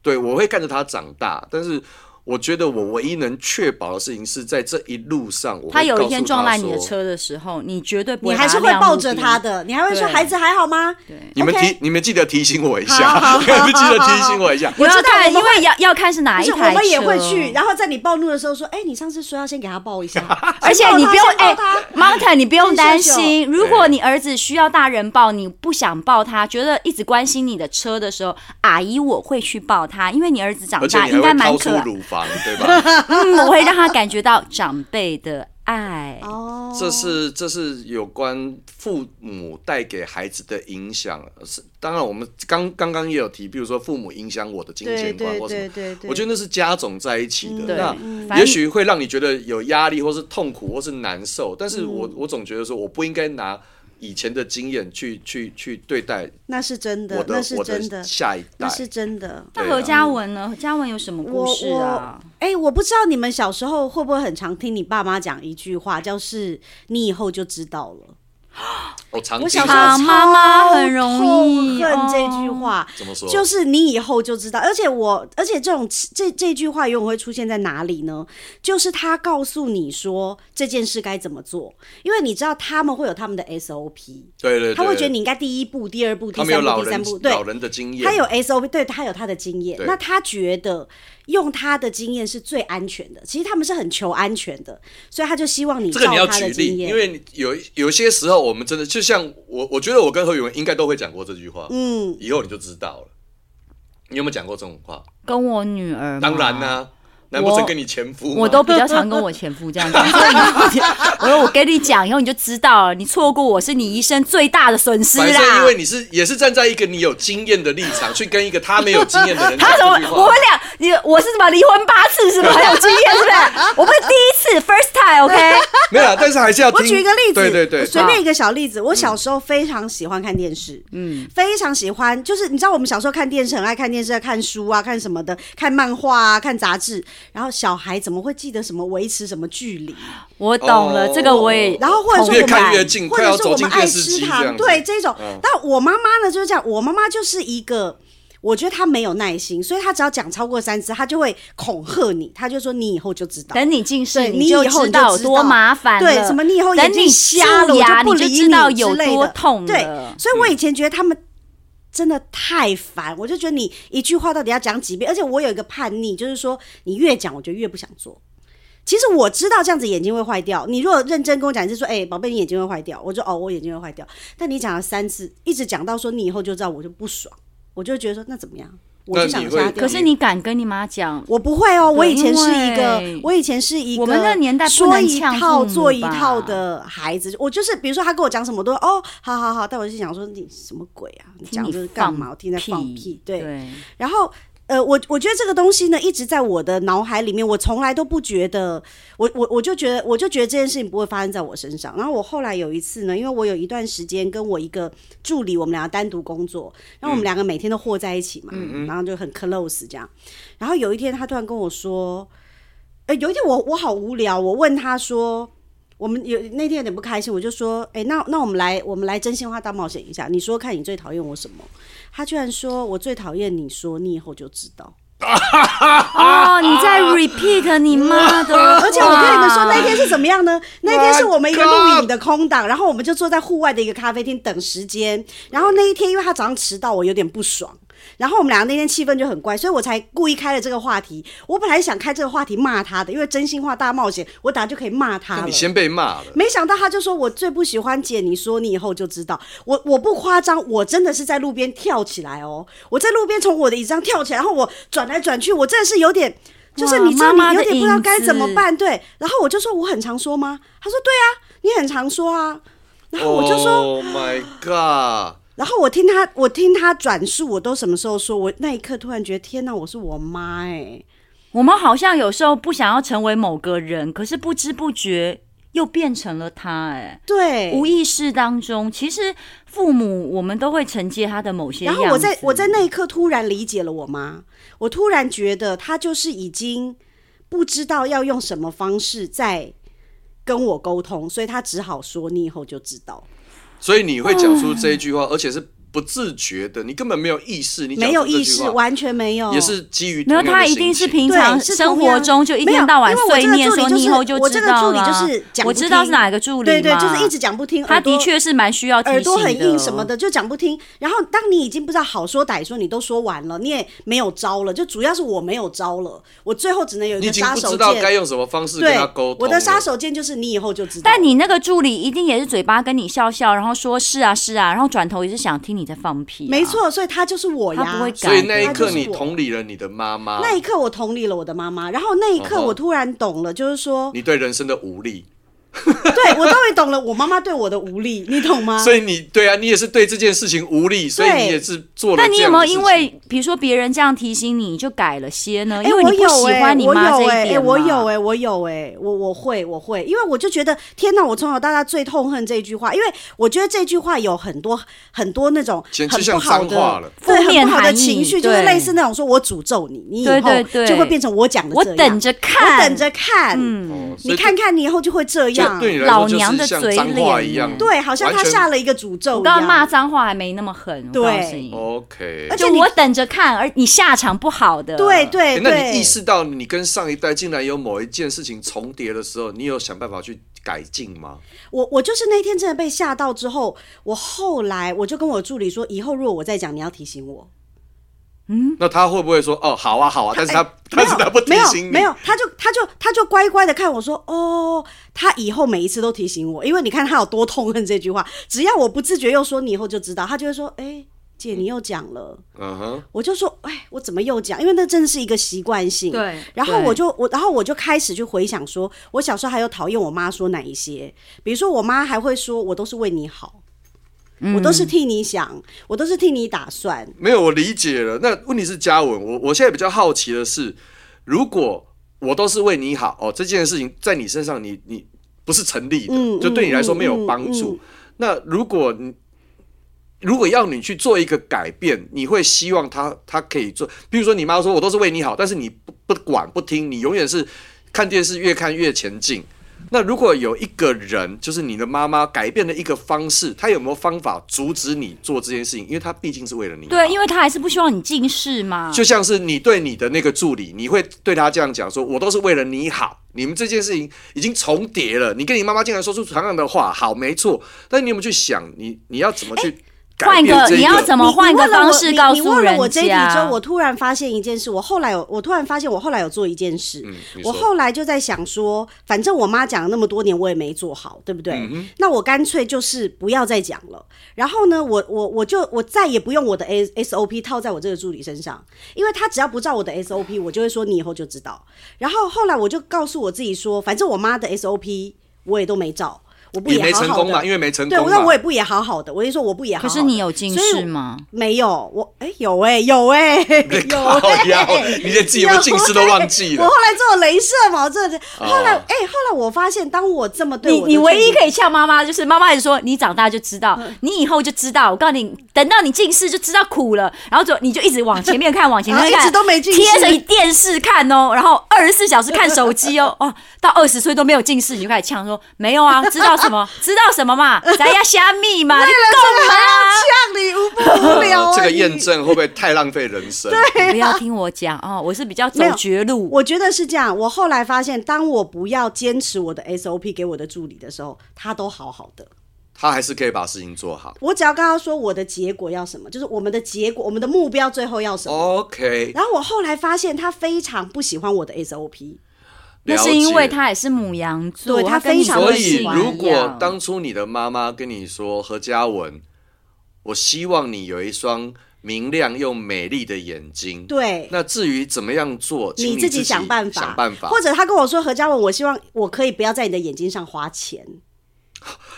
[SPEAKER 3] 对我会看着他长大，但是。我觉得我唯一能确保的事情是在这一路上，我
[SPEAKER 1] 他
[SPEAKER 3] 会
[SPEAKER 1] 有
[SPEAKER 3] 告
[SPEAKER 1] 一
[SPEAKER 3] 诉
[SPEAKER 1] 天撞
[SPEAKER 3] 他
[SPEAKER 1] 烂你的
[SPEAKER 3] 说
[SPEAKER 1] 车的时候，你绝对不
[SPEAKER 4] 你
[SPEAKER 1] 会
[SPEAKER 4] 还是
[SPEAKER 1] 把
[SPEAKER 4] 会
[SPEAKER 1] 它
[SPEAKER 4] 抱
[SPEAKER 1] 晾路
[SPEAKER 4] 着
[SPEAKER 1] 边
[SPEAKER 4] 他。的，你还会说
[SPEAKER 1] 对
[SPEAKER 4] 孩子还好吗？
[SPEAKER 3] 你们
[SPEAKER 4] OK
[SPEAKER 3] 提，你们记得提醒我一
[SPEAKER 4] 好好
[SPEAKER 3] 下， 你们记得提醒我一下。
[SPEAKER 1] 我要
[SPEAKER 4] 知道
[SPEAKER 1] 看，
[SPEAKER 4] 我们
[SPEAKER 1] 因为要要看是哪
[SPEAKER 4] 不
[SPEAKER 1] 一
[SPEAKER 4] 是，我
[SPEAKER 1] 台车。
[SPEAKER 4] 们也会去，然后在你暴怒的时候说，哎，你上次说要先给他抱一下，
[SPEAKER 1] 而且
[SPEAKER 4] 先抱
[SPEAKER 1] 你
[SPEAKER 4] 他
[SPEAKER 1] 不用
[SPEAKER 4] 先抱
[SPEAKER 1] 哎、
[SPEAKER 4] 他
[SPEAKER 1] m o u n t a i n 你不用担
[SPEAKER 4] 先
[SPEAKER 1] 心。如果你儿子需要大人抱，你不想抱他，觉得一直关心你的车的时候，阿姨我会去抱他，因为你儿子长
[SPEAKER 3] 而且
[SPEAKER 1] 大
[SPEAKER 3] 你还
[SPEAKER 1] 应该
[SPEAKER 3] 会
[SPEAKER 1] 蛮
[SPEAKER 3] 掏
[SPEAKER 1] 可
[SPEAKER 3] 出
[SPEAKER 1] 爱。
[SPEAKER 3] 乳房，方，对吧？
[SPEAKER 1] 嗯，我会让他感觉到长辈的爱。
[SPEAKER 4] 哦，
[SPEAKER 3] 这是这是有关父母带给孩子的影响。是当然，我们刚刚刚也有提，比如说父母影响我的金
[SPEAKER 4] 对
[SPEAKER 3] 钱观
[SPEAKER 4] 对
[SPEAKER 3] 或什
[SPEAKER 4] 对
[SPEAKER 3] 么。
[SPEAKER 4] 对对，
[SPEAKER 3] 我觉得那是家种在一起
[SPEAKER 1] 嗯
[SPEAKER 3] 的，
[SPEAKER 1] 对
[SPEAKER 3] 那
[SPEAKER 1] 反
[SPEAKER 3] 也
[SPEAKER 1] 正
[SPEAKER 3] 许会让你觉得有压力，或是痛苦，或是难受。但
[SPEAKER 4] 嗯
[SPEAKER 3] 是我、我总觉得说，我不应该拿以前的经验去去去对待
[SPEAKER 4] 那是真的
[SPEAKER 3] 我，的
[SPEAKER 4] 那是
[SPEAKER 3] 我
[SPEAKER 4] 真的
[SPEAKER 3] 的，下一代
[SPEAKER 4] 那。是真的。
[SPEAKER 1] 那
[SPEAKER 3] 对啊
[SPEAKER 1] 何嘉文呢？何嘉文有什么故
[SPEAKER 4] 我
[SPEAKER 1] 事啊？
[SPEAKER 4] 我哎、我不知道你们小时候会不会很常听你爸妈讲一句话，就是你以后就知道了。
[SPEAKER 3] 我常
[SPEAKER 4] 我
[SPEAKER 3] 听
[SPEAKER 4] 小时
[SPEAKER 1] 啊
[SPEAKER 4] 候
[SPEAKER 1] 妈妈
[SPEAKER 4] 超
[SPEAKER 1] 很容易
[SPEAKER 4] 痛恨这
[SPEAKER 1] 哦
[SPEAKER 4] 句话，
[SPEAKER 3] 怎么说？
[SPEAKER 4] 就是你以后就知道。而且我，而且这种这这句话永远会出现在哪里呢？就是他告诉你说这件事该怎么做，因为你知道他们会有他们的 SOP，
[SPEAKER 3] 对对对，
[SPEAKER 4] 他会觉得你应该第一步、第二步、第
[SPEAKER 3] 他们有
[SPEAKER 4] 三步、
[SPEAKER 3] 老
[SPEAKER 4] 第三
[SPEAKER 3] 人
[SPEAKER 4] 步，对，
[SPEAKER 3] 老人的经验，
[SPEAKER 4] 他有 SOP，对他有他的经验
[SPEAKER 3] 对，
[SPEAKER 4] 那他觉得用他的经验是最安全的。其实他们是很求安全的，所以他就希望你
[SPEAKER 3] 这个
[SPEAKER 4] 照
[SPEAKER 3] 你要
[SPEAKER 4] 他
[SPEAKER 3] 举
[SPEAKER 4] 的
[SPEAKER 3] 例
[SPEAKER 4] 经，验。
[SPEAKER 3] 因为你有有些时候我们真的就像我，我觉得我跟何宇文应该都会讲过这句话，
[SPEAKER 4] 嗯，
[SPEAKER 3] 以后你就知道了。你有没有讲过这种话？
[SPEAKER 1] 跟我女儿嘛
[SPEAKER 4] 嗯
[SPEAKER 3] 当然啦、，难不成跟你前夫吗
[SPEAKER 1] 我都比较常跟我前夫这样讲，所以你 我说我跟你讲，以后你就知道了，你错过我是你一生最大的损失
[SPEAKER 3] 反正因
[SPEAKER 1] 啦
[SPEAKER 3] 为。你是也是站在一个你有经验的立场去跟一个他没有经验的人讲
[SPEAKER 1] 他怎么
[SPEAKER 3] 这句？
[SPEAKER 1] 我
[SPEAKER 3] 话
[SPEAKER 1] 们，俩，你我是什么离婚八次 是吧？很有经验是不是？我不是第一次，first time，OK？、
[SPEAKER 3] 没有啦，但是还是要听。
[SPEAKER 4] 我举一个例子，
[SPEAKER 3] 对对对嗯
[SPEAKER 4] 我，随便一个小例子。我小时候非常喜欢看电视，嗯，非常喜欢，就是你知道我们小时候看电视很爱看电视，看书啊，看什么的，看漫画啊，看杂志。然后小孩怎么会记得什么维持什么距离？
[SPEAKER 1] 我懂了，
[SPEAKER 3] 哦
[SPEAKER 1] 这个我也
[SPEAKER 4] 然后或者说
[SPEAKER 3] 越
[SPEAKER 4] 我
[SPEAKER 3] 看
[SPEAKER 4] 们
[SPEAKER 3] 越近，
[SPEAKER 4] 或
[SPEAKER 3] 快要
[SPEAKER 4] 者是
[SPEAKER 3] 走
[SPEAKER 4] 我
[SPEAKER 3] 进
[SPEAKER 4] 们
[SPEAKER 3] 电
[SPEAKER 4] 爱
[SPEAKER 3] 视
[SPEAKER 4] 吃
[SPEAKER 3] 机这
[SPEAKER 4] 糖，
[SPEAKER 3] 样子。
[SPEAKER 4] 对这种
[SPEAKER 3] 嗯。
[SPEAKER 4] 但我妈妈呢就是这样，我妈妈就是一个。我觉得她没有耐心，所以她只要讲超过三次，她就会恐吓你，她就说你以后就知道。
[SPEAKER 1] 等你近视，
[SPEAKER 4] 对
[SPEAKER 1] 你
[SPEAKER 4] 以
[SPEAKER 1] 就
[SPEAKER 4] 后就
[SPEAKER 1] 知
[SPEAKER 4] 知
[SPEAKER 1] 道有多麻烦了
[SPEAKER 4] 对，什么你以后
[SPEAKER 1] 等
[SPEAKER 4] 眼
[SPEAKER 1] 你
[SPEAKER 4] 睛瞎了，
[SPEAKER 1] 蛀
[SPEAKER 4] 我
[SPEAKER 1] 牙
[SPEAKER 4] 不
[SPEAKER 1] 你
[SPEAKER 4] 理
[SPEAKER 1] 就知
[SPEAKER 4] 你
[SPEAKER 1] 道
[SPEAKER 4] 之
[SPEAKER 1] 有
[SPEAKER 4] 类的
[SPEAKER 1] 多痛
[SPEAKER 4] 对
[SPEAKER 1] 了，
[SPEAKER 4] 所以我以前觉得他们真的太烦，我就觉得你一句话到底要讲几遍，而且我有一个叛逆，就是说你越讲，我就越不想做。其实我知道这样子眼睛会坏掉。你如果认真跟我讲，你是说，哎、宝贝，你眼睛会坏掉。我就哦，我眼睛会坏掉。但你讲了三次，一直讲到说你以后就知道，我就不爽，我就觉得说那怎么样？我
[SPEAKER 3] 那
[SPEAKER 4] 就
[SPEAKER 3] 你
[SPEAKER 4] 想
[SPEAKER 3] 会
[SPEAKER 4] 瞎掉。
[SPEAKER 1] 可是你敢跟你妈讲？
[SPEAKER 4] 我不会哦，我以前是一
[SPEAKER 1] 因为
[SPEAKER 4] 个，我以前是一个，
[SPEAKER 1] 我们那年代不
[SPEAKER 4] 说
[SPEAKER 1] 能
[SPEAKER 4] 一
[SPEAKER 1] 呛父母吧
[SPEAKER 4] 套做一套的孩子，我就是比如说他跟我讲什么，我都哦，好好好，但我就想说你什么鬼啊，你讲这是干嘛？我听在放屁，对，
[SPEAKER 1] 对，
[SPEAKER 4] 然后。呃，我我觉得这个东西呢，一直在我的脑海里面，我从来都不觉得，我我我就觉得，我就觉得这件事情不会发生在我身上。然后我后来有一次呢，因为我有一段时间跟我一个助理，我们两个单独工作，然后我们两个每天都和在一起嘛，然后就很 close 这样。然后有一天，他突然跟我说，呃，有一天我我好无聊，我问他说。我们有那天有点不开心，我就说，哎、那那我们来我们来真心话大冒险一下，你说看你最讨厌我什么？他居然说我最讨厌你说，你以后就知道。
[SPEAKER 1] 哦，你
[SPEAKER 3] 啊
[SPEAKER 1] 在 repeat 你妈 的话，
[SPEAKER 4] 而且我跟你们说，那天是怎么样呢？那天是我们一个录影的空档，然后我们就坐在户外的一个咖啡厅等时间。然后那一天，因为他早上迟到，我有点不爽。然后我们俩那天气氛就很怪，所以我才故意开了这个话题。我本来想开这个话题骂他的，因为真心话大冒险，我等下就可以骂他
[SPEAKER 3] 那
[SPEAKER 4] 了。
[SPEAKER 3] 啊你先被骂了。
[SPEAKER 4] 没想到他就说：“我最不喜欢姐，你说你以后就知道。我”我不夸张，我真的是在路边跳起来哦！我在路边从我的椅子上跳起来，然后我转来转去，我真的是有点，就是你知道
[SPEAKER 1] 妈妈
[SPEAKER 4] 你
[SPEAKER 1] 的
[SPEAKER 4] 有点不知道该
[SPEAKER 1] 影子
[SPEAKER 4] 怎么办，对。然后我就说我很常说吗？他说对啊，你很常说啊。然后我就说
[SPEAKER 3] Oh my God！
[SPEAKER 4] 然后我听他，我听他转述，我都什么时候说？我那一刻突然觉得，天哪，我是我妈哎、
[SPEAKER 1] 我们好像有时候不想要成为某个人，可是不知不觉又变成了他、哎，
[SPEAKER 4] 对，
[SPEAKER 1] 无意识当中，其实父母我们都会承接他的某些
[SPEAKER 4] 然
[SPEAKER 1] 样子。
[SPEAKER 4] 后我在我在那一刻突然理解了我妈，我突然觉得她就是已经不知道要用什么方式在跟我沟通，所以她只好说你以后就知道。
[SPEAKER 3] 所以你会讲出这一句话，而且是不自觉的，你根本没有意识，你讲
[SPEAKER 4] 没
[SPEAKER 3] 出
[SPEAKER 4] 有
[SPEAKER 3] 这句
[SPEAKER 4] 意识，
[SPEAKER 3] 话
[SPEAKER 4] 完全没哦有，
[SPEAKER 3] 也是基于
[SPEAKER 1] 没有，
[SPEAKER 3] 同样的
[SPEAKER 1] 他一定
[SPEAKER 3] 心
[SPEAKER 1] 是
[SPEAKER 3] 情
[SPEAKER 1] 平
[SPEAKER 4] 对
[SPEAKER 1] 常
[SPEAKER 4] 是
[SPEAKER 1] 生
[SPEAKER 4] 同
[SPEAKER 1] 活
[SPEAKER 4] 样
[SPEAKER 1] 中就一
[SPEAKER 4] 没
[SPEAKER 1] 天
[SPEAKER 4] 有
[SPEAKER 1] 到晚
[SPEAKER 4] 因为我
[SPEAKER 1] 碎
[SPEAKER 4] 这个
[SPEAKER 1] 念
[SPEAKER 4] 助理
[SPEAKER 1] 说
[SPEAKER 4] 就
[SPEAKER 1] 你以
[SPEAKER 4] 是
[SPEAKER 1] 后就
[SPEAKER 4] 我
[SPEAKER 1] 知
[SPEAKER 4] 这个
[SPEAKER 1] 道
[SPEAKER 4] 助理
[SPEAKER 1] 啦。
[SPEAKER 4] 就是讲
[SPEAKER 1] 我
[SPEAKER 4] 不
[SPEAKER 1] 知道是
[SPEAKER 4] 听
[SPEAKER 1] 哪个助理
[SPEAKER 4] 对对，
[SPEAKER 1] 嘛
[SPEAKER 4] 就是一直讲不听，
[SPEAKER 1] 他
[SPEAKER 4] 耳朵
[SPEAKER 1] 的确是蛮需要提
[SPEAKER 4] 耳朵
[SPEAKER 1] 醒
[SPEAKER 4] 很硬什么
[SPEAKER 1] 的。
[SPEAKER 4] 的，就讲不听。然后当你已经不知道好说歹说，你都说完了，你也没有招了，就主要是我没有招了，我最后只能有一
[SPEAKER 3] 你已
[SPEAKER 4] 个
[SPEAKER 3] 经
[SPEAKER 4] 杀
[SPEAKER 3] 不
[SPEAKER 4] 手
[SPEAKER 3] 知道该
[SPEAKER 4] 锏。
[SPEAKER 3] 用什么方式跟
[SPEAKER 4] 对
[SPEAKER 3] 他沟，通了。
[SPEAKER 4] 我的杀手锏就是你以后就知道了。
[SPEAKER 1] 但你那个助理一定也是嘴巴跟你笑笑，然后说是啊是啊，然后转头也是想听你在放屁、
[SPEAKER 4] 没，错，所以啊他就是我呀。
[SPEAKER 1] 他不会改
[SPEAKER 3] 所以那一刻你
[SPEAKER 4] 他就是我
[SPEAKER 3] 同理了你的妈妈，
[SPEAKER 4] 那一刻我同理了我的妈妈，然后那一刻
[SPEAKER 3] 嗯哼
[SPEAKER 4] 我突然懂了，就是 说，
[SPEAKER 3] 你对人生的无力，
[SPEAKER 4] 对我终于懂了我妈妈对我的无力，你懂吗？
[SPEAKER 3] 所以你对啊，你也是对这件事情无力，所以你也是做了
[SPEAKER 1] 那
[SPEAKER 3] 这样的事
[SPEAKER 1] 你
[SPEAKER 3] 情。
[SPEAKER 1] 有没有因为比如说别人这样提醒你，你就改了些呢？
[SPEAKER 4] 哎、
[SPEAKER 1] 因为
[SPEAKER 4] 我
[SPEAKER 1] 你不
[SPEAKER 4] 有
[SPEAKER 1] 喜
[SPEAKER 4] 哎、
[SPEAKER 1] 欢你
[SPEAKER 4] 我
[SPEAKER 1] 妈这
[SPEAKER 4] 有哎、
[SPEAKER 1] 一点
[SPEAKER 4] 哎我有哎、
[SPEAKER 1] 哎，
[SPEAKER 4] 我有哎、我我会我会，因为我就觉得天哪，我从小到大最痛恨这句话，因为我觉得这句话有很多很多那种
[SPEAKER 3] 简直
[SPEAKER 4] 很不
[SPEAKER 3] 像
[SPEAKER 4] 好
[SPEAKER 3] 脏话
[SPEAKER 4] 的
[SPEAKER 3] 了
[SPEAKER 4] 对
[SPEAKER 1] 负面
[SPEAKER 4] 很不好的
[SPEAKER 1] 含义
[SPEAKER 4] 情绪，就是
[SPEAKER 1] 对
[SPEAKER 4] 类似那种说我诅咒你，你以
[SPEAKER 1] 对
[SPEAKER 4] 后
[SPEAKER 1] 对对
[SPEAKER 4] 就会变成我讲的
[SPEAKER 1] 我
[SPEAKER 4] 这样，
[SPEAKER 1] 等着看，嗯
[SPEAKER 4] 我等着看，
[SPEAKER 3] 哦所以
[SPEAKER 4] 你看看你以后就会这
[SPEAKER 3] 这
[SPEAKER 4] 样，
[SPEAKER 3] 对你来
[SPEAKER 1] 老
[SPEAKER 3] 说就
[SPEAKER 1] 娘的
[SPEAKER 3] 是像
[SPEAKER 1] 嘴
[SPEAKER 3] 脏话一样
[SPEAKER 1] 脸，
[SPEAKER 4] 对，好像
[SPEAKER 3] 完
[SPEAKER 4] 他
[SPEAKER 3] 全
[SPEAKER 4] 下了一个诅咒
[SPEAKER 1] 我
[SPEAKER 4] 一
[SPEAKER 1] 刚刚骂
[SPEAKER 4] 样。
[SPEAKER 1] 脏话还没那么狠，
[SPEAKER 4] 对
[SPEAKER 1] 我告诉你，
[SPEAKER 3] OK
[SPEAKER 4] 而。且
[SPEAKER 1] 就
[SPEAKER 4] 你
[SPEAKER 1] 我等着看，而你下场不好的，
[SPEAKER 4] 对对
[SPEAKER 3] 诶那
[SPEAKER 4] 对，
[SPEAKER 3] 你意识到你跟上一代竟然有某一件事情重叠的时候，你有想办法去改进吗？
[SPEAKER 4] 我我就是那天真的被吓到之后，我后来我就跟我助理说，以后如果我再讲，你要提醒我。
[SPEAKER 3] 那他会不会说哦，好啊，好啊？但是他、
[SPEAKER 4] 嗯哎没
[SPEAKER 3] 但
[SPEAKER 4] 有
[SPEAKER 3] 是他不提
[SPEAKER 4] 没有
[SPEAKER 3] 醒你，
[SPEAKER 4] 没有，他就他就他就乖乖的看我说，哦，他以后每一次都提醒我，因为你看他有多痛恨这句话，只要我不自觉又说，你以后就知道，他就会说，哎、姐你又讲了，
[SPEAKER 3] 嗯哼，
[SPEAKER 4] 我就说，哎，我怎么又讲？因为那真的是一个习惯性。
[SPEAKER 1] 对
[SPEAKER 4] 然后我
[SPEAKER 1] 对
[SPEAKER 4] 就我，然后我就开始去回想说，我小时候还有讨厌我妈说哪一些，比如说我妈还会说我都是为你好，我都是替你想，我都是替你打算。
[SPEAKER 3] 没有，我理解了。那问题是嘉文，我我现在比较好奇的是，如果我都是为你好哦，这件事情在你身上你你不是成立的，
[SPEAKER 4] 嗯
[SPEAKER 3] 就对你来说没有帮助。
[SPEAKER 4] 嗯嗯嗯
[SPEAKER 3] 那如果你如果要你去做一个改变，你会希望他他可以做，比如说你妈说我都是为你好，但是你不不管不听，你永远是看电视越看越前进。那如果有一个人，就是你的妈妈改变了一个方式，她有没有方法阻止你做这件事情？因为她毕竟是为了你好。
[SPEAKER 1] 对，因为他还是不希望你近视嘛，
[SPEAKER 3] 就像是你对你的那个助理，你会对他这样讲说：“我都是为了你好。”你们这件事情已经重叠了，你跟你妈妈竟然说出同样的话，好，没错。但你有没有去想，你你要怎么去改
[SPEAKER 1] 换
[SPEAKER 3] 变这
[SPEAKER 1] 你要怎么
[SPEAKER 4] 你
[SPEAKER 1] 换
[SPEAKER 4] 你
[SPEAKER 1] 个
[SPEAKER 4] 问了
[SPEAKER 1] 方
[SPEAKER 4] 我
[SPEAKER 1] 式
[SPEAKER 4] 你
[SPEAKER 1] 告
[SPEAKER 4] 你
[SPEAKER 1] 诉
[SPEAKER 4] 问了
[SPEAKER 1] 人
[SPEAKER 4] 我这一题之
[SPEAKER 1] 家？
[SPEAKER 4] 后，我突然发现一件事，我后来有，我突然发现我后来有做一件事，
[SPEAKER 3] 嗯你
[SPEAKER 4] 我
[SPEAKER 3] 说
[SPEAKER 4] 后来就在想说，反正我妈讲了那么多年，我也没做好，对不对？
[SPEAKER 3] 嗯
[SPEAKER 4] 那我干脆就是不要再讲了。然后呢，我我我就我再也不用我的 S S O P 套在我这个助理身上，因为他只要不照我的 S O P，我就会说你以后就知道。然后后来我就告诉我自己说，反正我妈的 S O P 我也都没照。我不
[SPEAKER 3] 也没
[SPEAKER 4] 好
[SPEAKER 3] 成
[SPEAKER 4] 好
[SPEAKER 3] 功嘛，啊
[SPEAKER 4] 的，
[SPEAKER 3] 因为没成
[SPEAKER 4] 对，
[SPEAKER 3] 功嘛。
[SPEAKER 4] 那我也不也好好的，我就说我不也好好
[SPEAKER 1] 可
[SPEAKER 4] 的。
[SPEAKER 1] 是你有近
[SPEAKER 4] 所以
[SPEAKER 1] 视
[SPEAKER 4] 我
[SPEAKER 1] 吗？
[SPEAKER 4] 没有，我哎、有哎、有哎、有哎、
[SPEAKER 3] 靠腰你 连自己有没有近视都忘记了
[SPEAKER 4] 我后来做镭射嘛，我真的是
[SPEAKER 3] 哦
[SPEAKER 4] 后来哎、后来我发现，当我这么对
[SPEAKER 1] 你
[SPEAKER 4] 我的
[SPEAKER 1] 你唯一
[SPEAKER 4] 助理
[SPEAKER 1] 可以呛妈妈，就是妈妈一直说你长大就知道，
[SPEAKER 4] 嗯
[SPEAKER 1] 你以后就知道。我告诉你，等到你近视就知道苦了，然后就你就一直往前面看，往 前面看，
[SPEAKER 4] 啊然后一直都没近视
[SPEAKER 1] 贴着电视看哦，然后二十四小时看手机哦，哦，到二十岁都没有近视，你就开始呛说没有啊，知道什么，知道什么嘛，咱要虾米 嘛，你够了啊！
[SPEAKER 4] 呛你无不无聊、啊，
[SPEAKER 3] 呃 这个验
[SPEAKER 4] 你。
[SPEAKER 3] 证会不会太浪费人生？
[SPEAKER 1] 不要听我讲哦，我是比较走
[SPEAKER 4] 啊没有
[SPEAKER 1] 绝路，
[SPEAKER 4] 我觉得是这样。我后来发现，当我不要坚持我的 SOP 给我的助理的时候，他都好好的。
[SPEAKER 3] 他还是可以把事情做好。
[SPEAKER 4] 我只要跟他说我的结果要什么，就是我们的结果，我们的目标最后要什么。
[SPEAKER 3] 哦 OK，
[SPEAKER 4] 然后我后来发现，他非常不喜欢我的 SOP。
[SPEAKER 1] 那
[SPEAKER 3] 了
[SPEAKER 1] 是因为
[SPEAKER 3] 解
[SPEAKER 1] 他也是母羊座，
[SPEAKER 4] 对
[SPEAKER 1] 他
[SPEAKER 4] 他
[SPEAKER 1] 跟你
[SPEAKER 4] 非常
[SPEAKER 1] 个
[SPEAKER 3] 所
[SPEAKER 4] 会
[SPEAKER 1] 性
[SPEAKER 3] 以，
[SPEAKER 4] 喜欢
[SPEAKER 3] 如
[SPEAKER 1] 一
[SPEAKER 3] 果
[SPEAKER 1] 样
[SPEAKER 3] 当初你的妈妈跟你说何嘉文，我希望你有一双明亮又美丽的眼睛。
[SPEAKER 4] 对
[SPEAKER 3] 那至于怎么样做，请
[SPEAKER 4] 你
[SPEAKER 3] 自
[SPEAKER 4] 自己想办法，
[SPEAKER 3] 想办法。
[SPEAKER 4] 或者他跟我说何嘉文，我希望我可以不要在你的眼睛上花钱。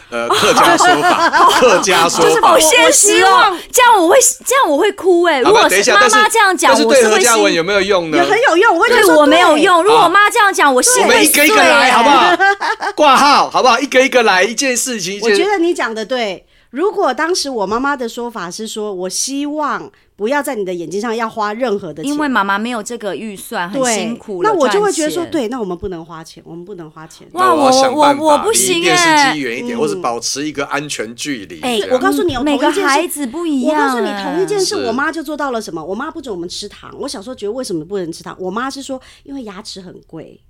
[SPEAKER 3] 呃，客家说法，客家说
[SPEAKER 1] 就是
[SPEAKER 3] 法
[SPEAKER 1] 好。现实哦，这样我会这样我会哭哎、如
[SPEAKER 3] 好吧，
[SPEAKER 1] 果
[SPEAKER 3] 等一
[SPEAKER 1] 是
[SPEAKER 3] 下，
[SPEAKER 1] 妈
[SPEAKER 3] 但
[SPEAKER 1] 妈这样讲，
[SPEAKER 3] 但是
[SPEAKER 1] 我
[SPEAKER 3] 对何
[SPEAKER 1] 会
[SPEAKER 3] 嘉文
[SPEAKER 1] 心
[SPEAKER 3] 有没有用呢
[SPEAKER 4] 也？很有用，我会觉得
[SPEAKER 1] 对
[SPEAKER 4] 说
[SPEAKER 1] 我没有。用。如果
[SPEAKER 3] 好
[SPEAKER 1] 我妈这样讲，我心
[SPEAKER 3] 我们
[SPEAKER 1] 会
[SPEAKER 3] 一个一个
[SPEAKER 1] 碎
[SPEAKER 3] 来，
[SPEAKER 1] 哎
[SPEAKER 3] 好不？好？挂号，好不好？一个一个来，一件事情一
[SPEAKER 4] 我觉
[SPEAKER 3] 件。
[SPEAKER 4] 得你讲的对。如果当时我妈妈的说法是说，我希望不要在你的眼睛上要花任何的钱，
[SPEAKER 1] 因为妈妈没有这个预算，很
[SPEAKER 4] 对
[SPEAKER 1] 辛苦了。
[SPEAKER 4] 那我就会觉得说，
[SPEAKER 1] 赚钱，
[SPEAKER 4] 对，那我们不能花钱，我们不能花钱。
[SPEAKER 1] 哇，
[SPEAKER 3] 那我要
[SPEAKER 1] 我
[SPEAKER 3] 想办法
[SPEAKER 1] 我不
[SPEAKER 3] 离
[SPEAKER 1] 行
[SPEAKER 3] 电视
[SPEAKER 1] 哎、
[SPEAKER 3] 机远一点，或是保持一个安全距离。
[SPEAKER 1] 哎
[SPEAKER 3] 这样
[SPEAKER 4] 我告诉你哦，
[SPEAKER 1] 每
[SPEAKER 4] 同
[SPEAKER 1] 个
[SPEAKER 4] 一件事
[SPEAKER 1] 孩子不一
[SPEAKER 4] 我
[SPEAKER 1] 样、啊
[SPEAKER 4] 告诉你，同一件事，
[SPEAKER 3] 是
[SPEAKER 4] 我妈就做到了什么？我妈不准我们吃糖。我小时候觉得为什么不能吃糖？我妈是说，因为牙齿很贵。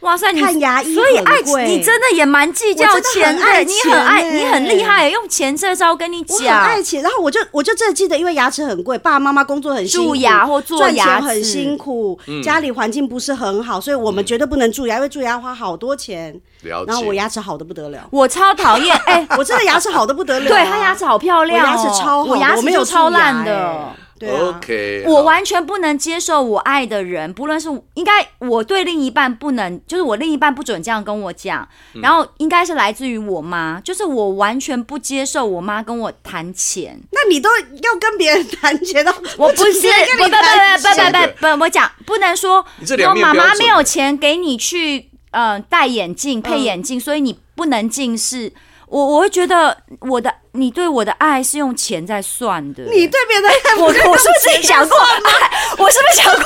[SPEAKER 1] 哇塞，你
[SPEAKER 4] 看牙医
[SPEAKER 1] 所以
[SPEAKER 4] 很
[SPEAKER 1] 爱
[SPEAKER 4] 贵
[SPEAKER 1] 你真的也蛮计较
[SPEAKER 4] 我真的
[SPEAKER 1] 钱哎
[SPEAKER 4] 很爱
[SPEAKER 1] 你
[SPEAKER 4] 钱
[SPEAKER 1] 很爱，你很厉
[SPEAKER 4] 欸
[SPEAKER 1] 害，用钱这招跟你
[SPEAKER 4] 我很爱
[SPEAKER 1] 讲，
[SPEAKER 4] 钱，然后我就我就真的记得，因为牙齿很贵，爸爸妈妈工作很辛苦，
[SPEAKER 1] 蛀牙或做
[SPEAKER 4] 赚钱
[SPEAKER 1] 牙
[SPEAKER 4] 很
[SPEAKER 1] 齿
[SPEAKER 4] 辛苦，
[SPEAKER 3] 嗯
[SPEAKER 4] 家里环境不是很好，所以我们绝对不能蛀牙，因为蛀牙花好多钱。
[SPEAKER 3] 了
[SPEAKER 4] 然后我
[SPEAKER 3] 解。
[SPEAKER 4] 牙齿好的不得了，
[SPEAKER 1] 我超讨厌， 哎，
[SPEAKER 4] 我真的牙齿好的不得了啊、
[SPEAKER 1] 对他牙齿好漂亮哦，
[SPEAKER 4] 我牙齿超好
[SPEAKER 1] 我牙
[SPEAKER 4] 我
[SPEAKER 1] 齿
[SPEAKER 4] 没有
[SPEAKER 1] 就超
[SPEAKER 4] 蛀牙
[SPEAKER 1] 烂的
[SPEAKER 4] 欸。对
[SPEAKER 3] 哦
[SPEAKER 4] 啊
[SPEAKER 3] OK，
[SPEAKER 1] 我
[SPEAKER 3] 好
[SPEAKER 1] 完全不能接受我爱的人，不论是应该我对另一半不能，就是我另一半不准这样跟我讲，然后应该是来自于我妈，就是我完全不接受我妈跟我谈钱，
[SPEAKER 4] 那你都要跟别人谈钱了，
[SPEAKER 1] 我不
[SPEAKER 4] 直
[SPEAKER 1] 是
[SPEAKER 4] 接跟
[SPEAKER 1] 不不不
[SPEAKER 4] 你谈钱
[SPEAKER 1] 不不不不不，我讲不能说
[SPEAKER 3] 你这两
[SPEAKER 1] 我
[SPEAKER 3] 面
[SPEAKER 1] 妈
[SPEAKER 3] 标
[SPEAKER 1] 妈没
[SPEAKER 3] 准
[SPEAKER 1] 有钱给你去呃戴眼镜配眼镜，所以你不能近视。我我会觉得我的你对我的爱是用钱在算的，
[SPEAKER 4] 你对别人还
[SPEAKER 1] 我我是不是自己想过爱？我是不是想过？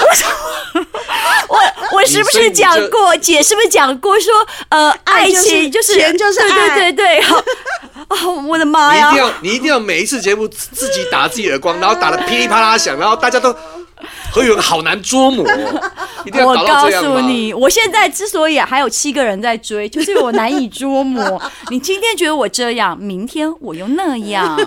[SPEAKER 1] 我是 我我是不是讲过？姐是不是讲过说呃，爱
[SPEAKER 4] 爱就是
[SPEAKER 1] 情就是
[SPEAKER 4] 钱就是爱
[SPEAKER 1] 对对对对。好哦，我的妈
[SPEAKER 3] 你一定
[SPEAKER 1] 呀！
[SPEAKER 3] 要，你一定要每一次节目自自己打自己耳 光，然后打的噼里啪啦响，然后大家都何勇好难 捉摸哦，一定要
[SPEAKER 1] 我
[SPEAKER 3] 搞到
[SPEAKER 1] 告
[SPEAKER 3] 这样
[SPEAKER 1] 诉
[SPEAKER 3] 吗？
[SPEAKER 1] 你，我现在之所以还有七个人在追，就是因为我难以捉摸。你今天觉得我这样，明天我又那样。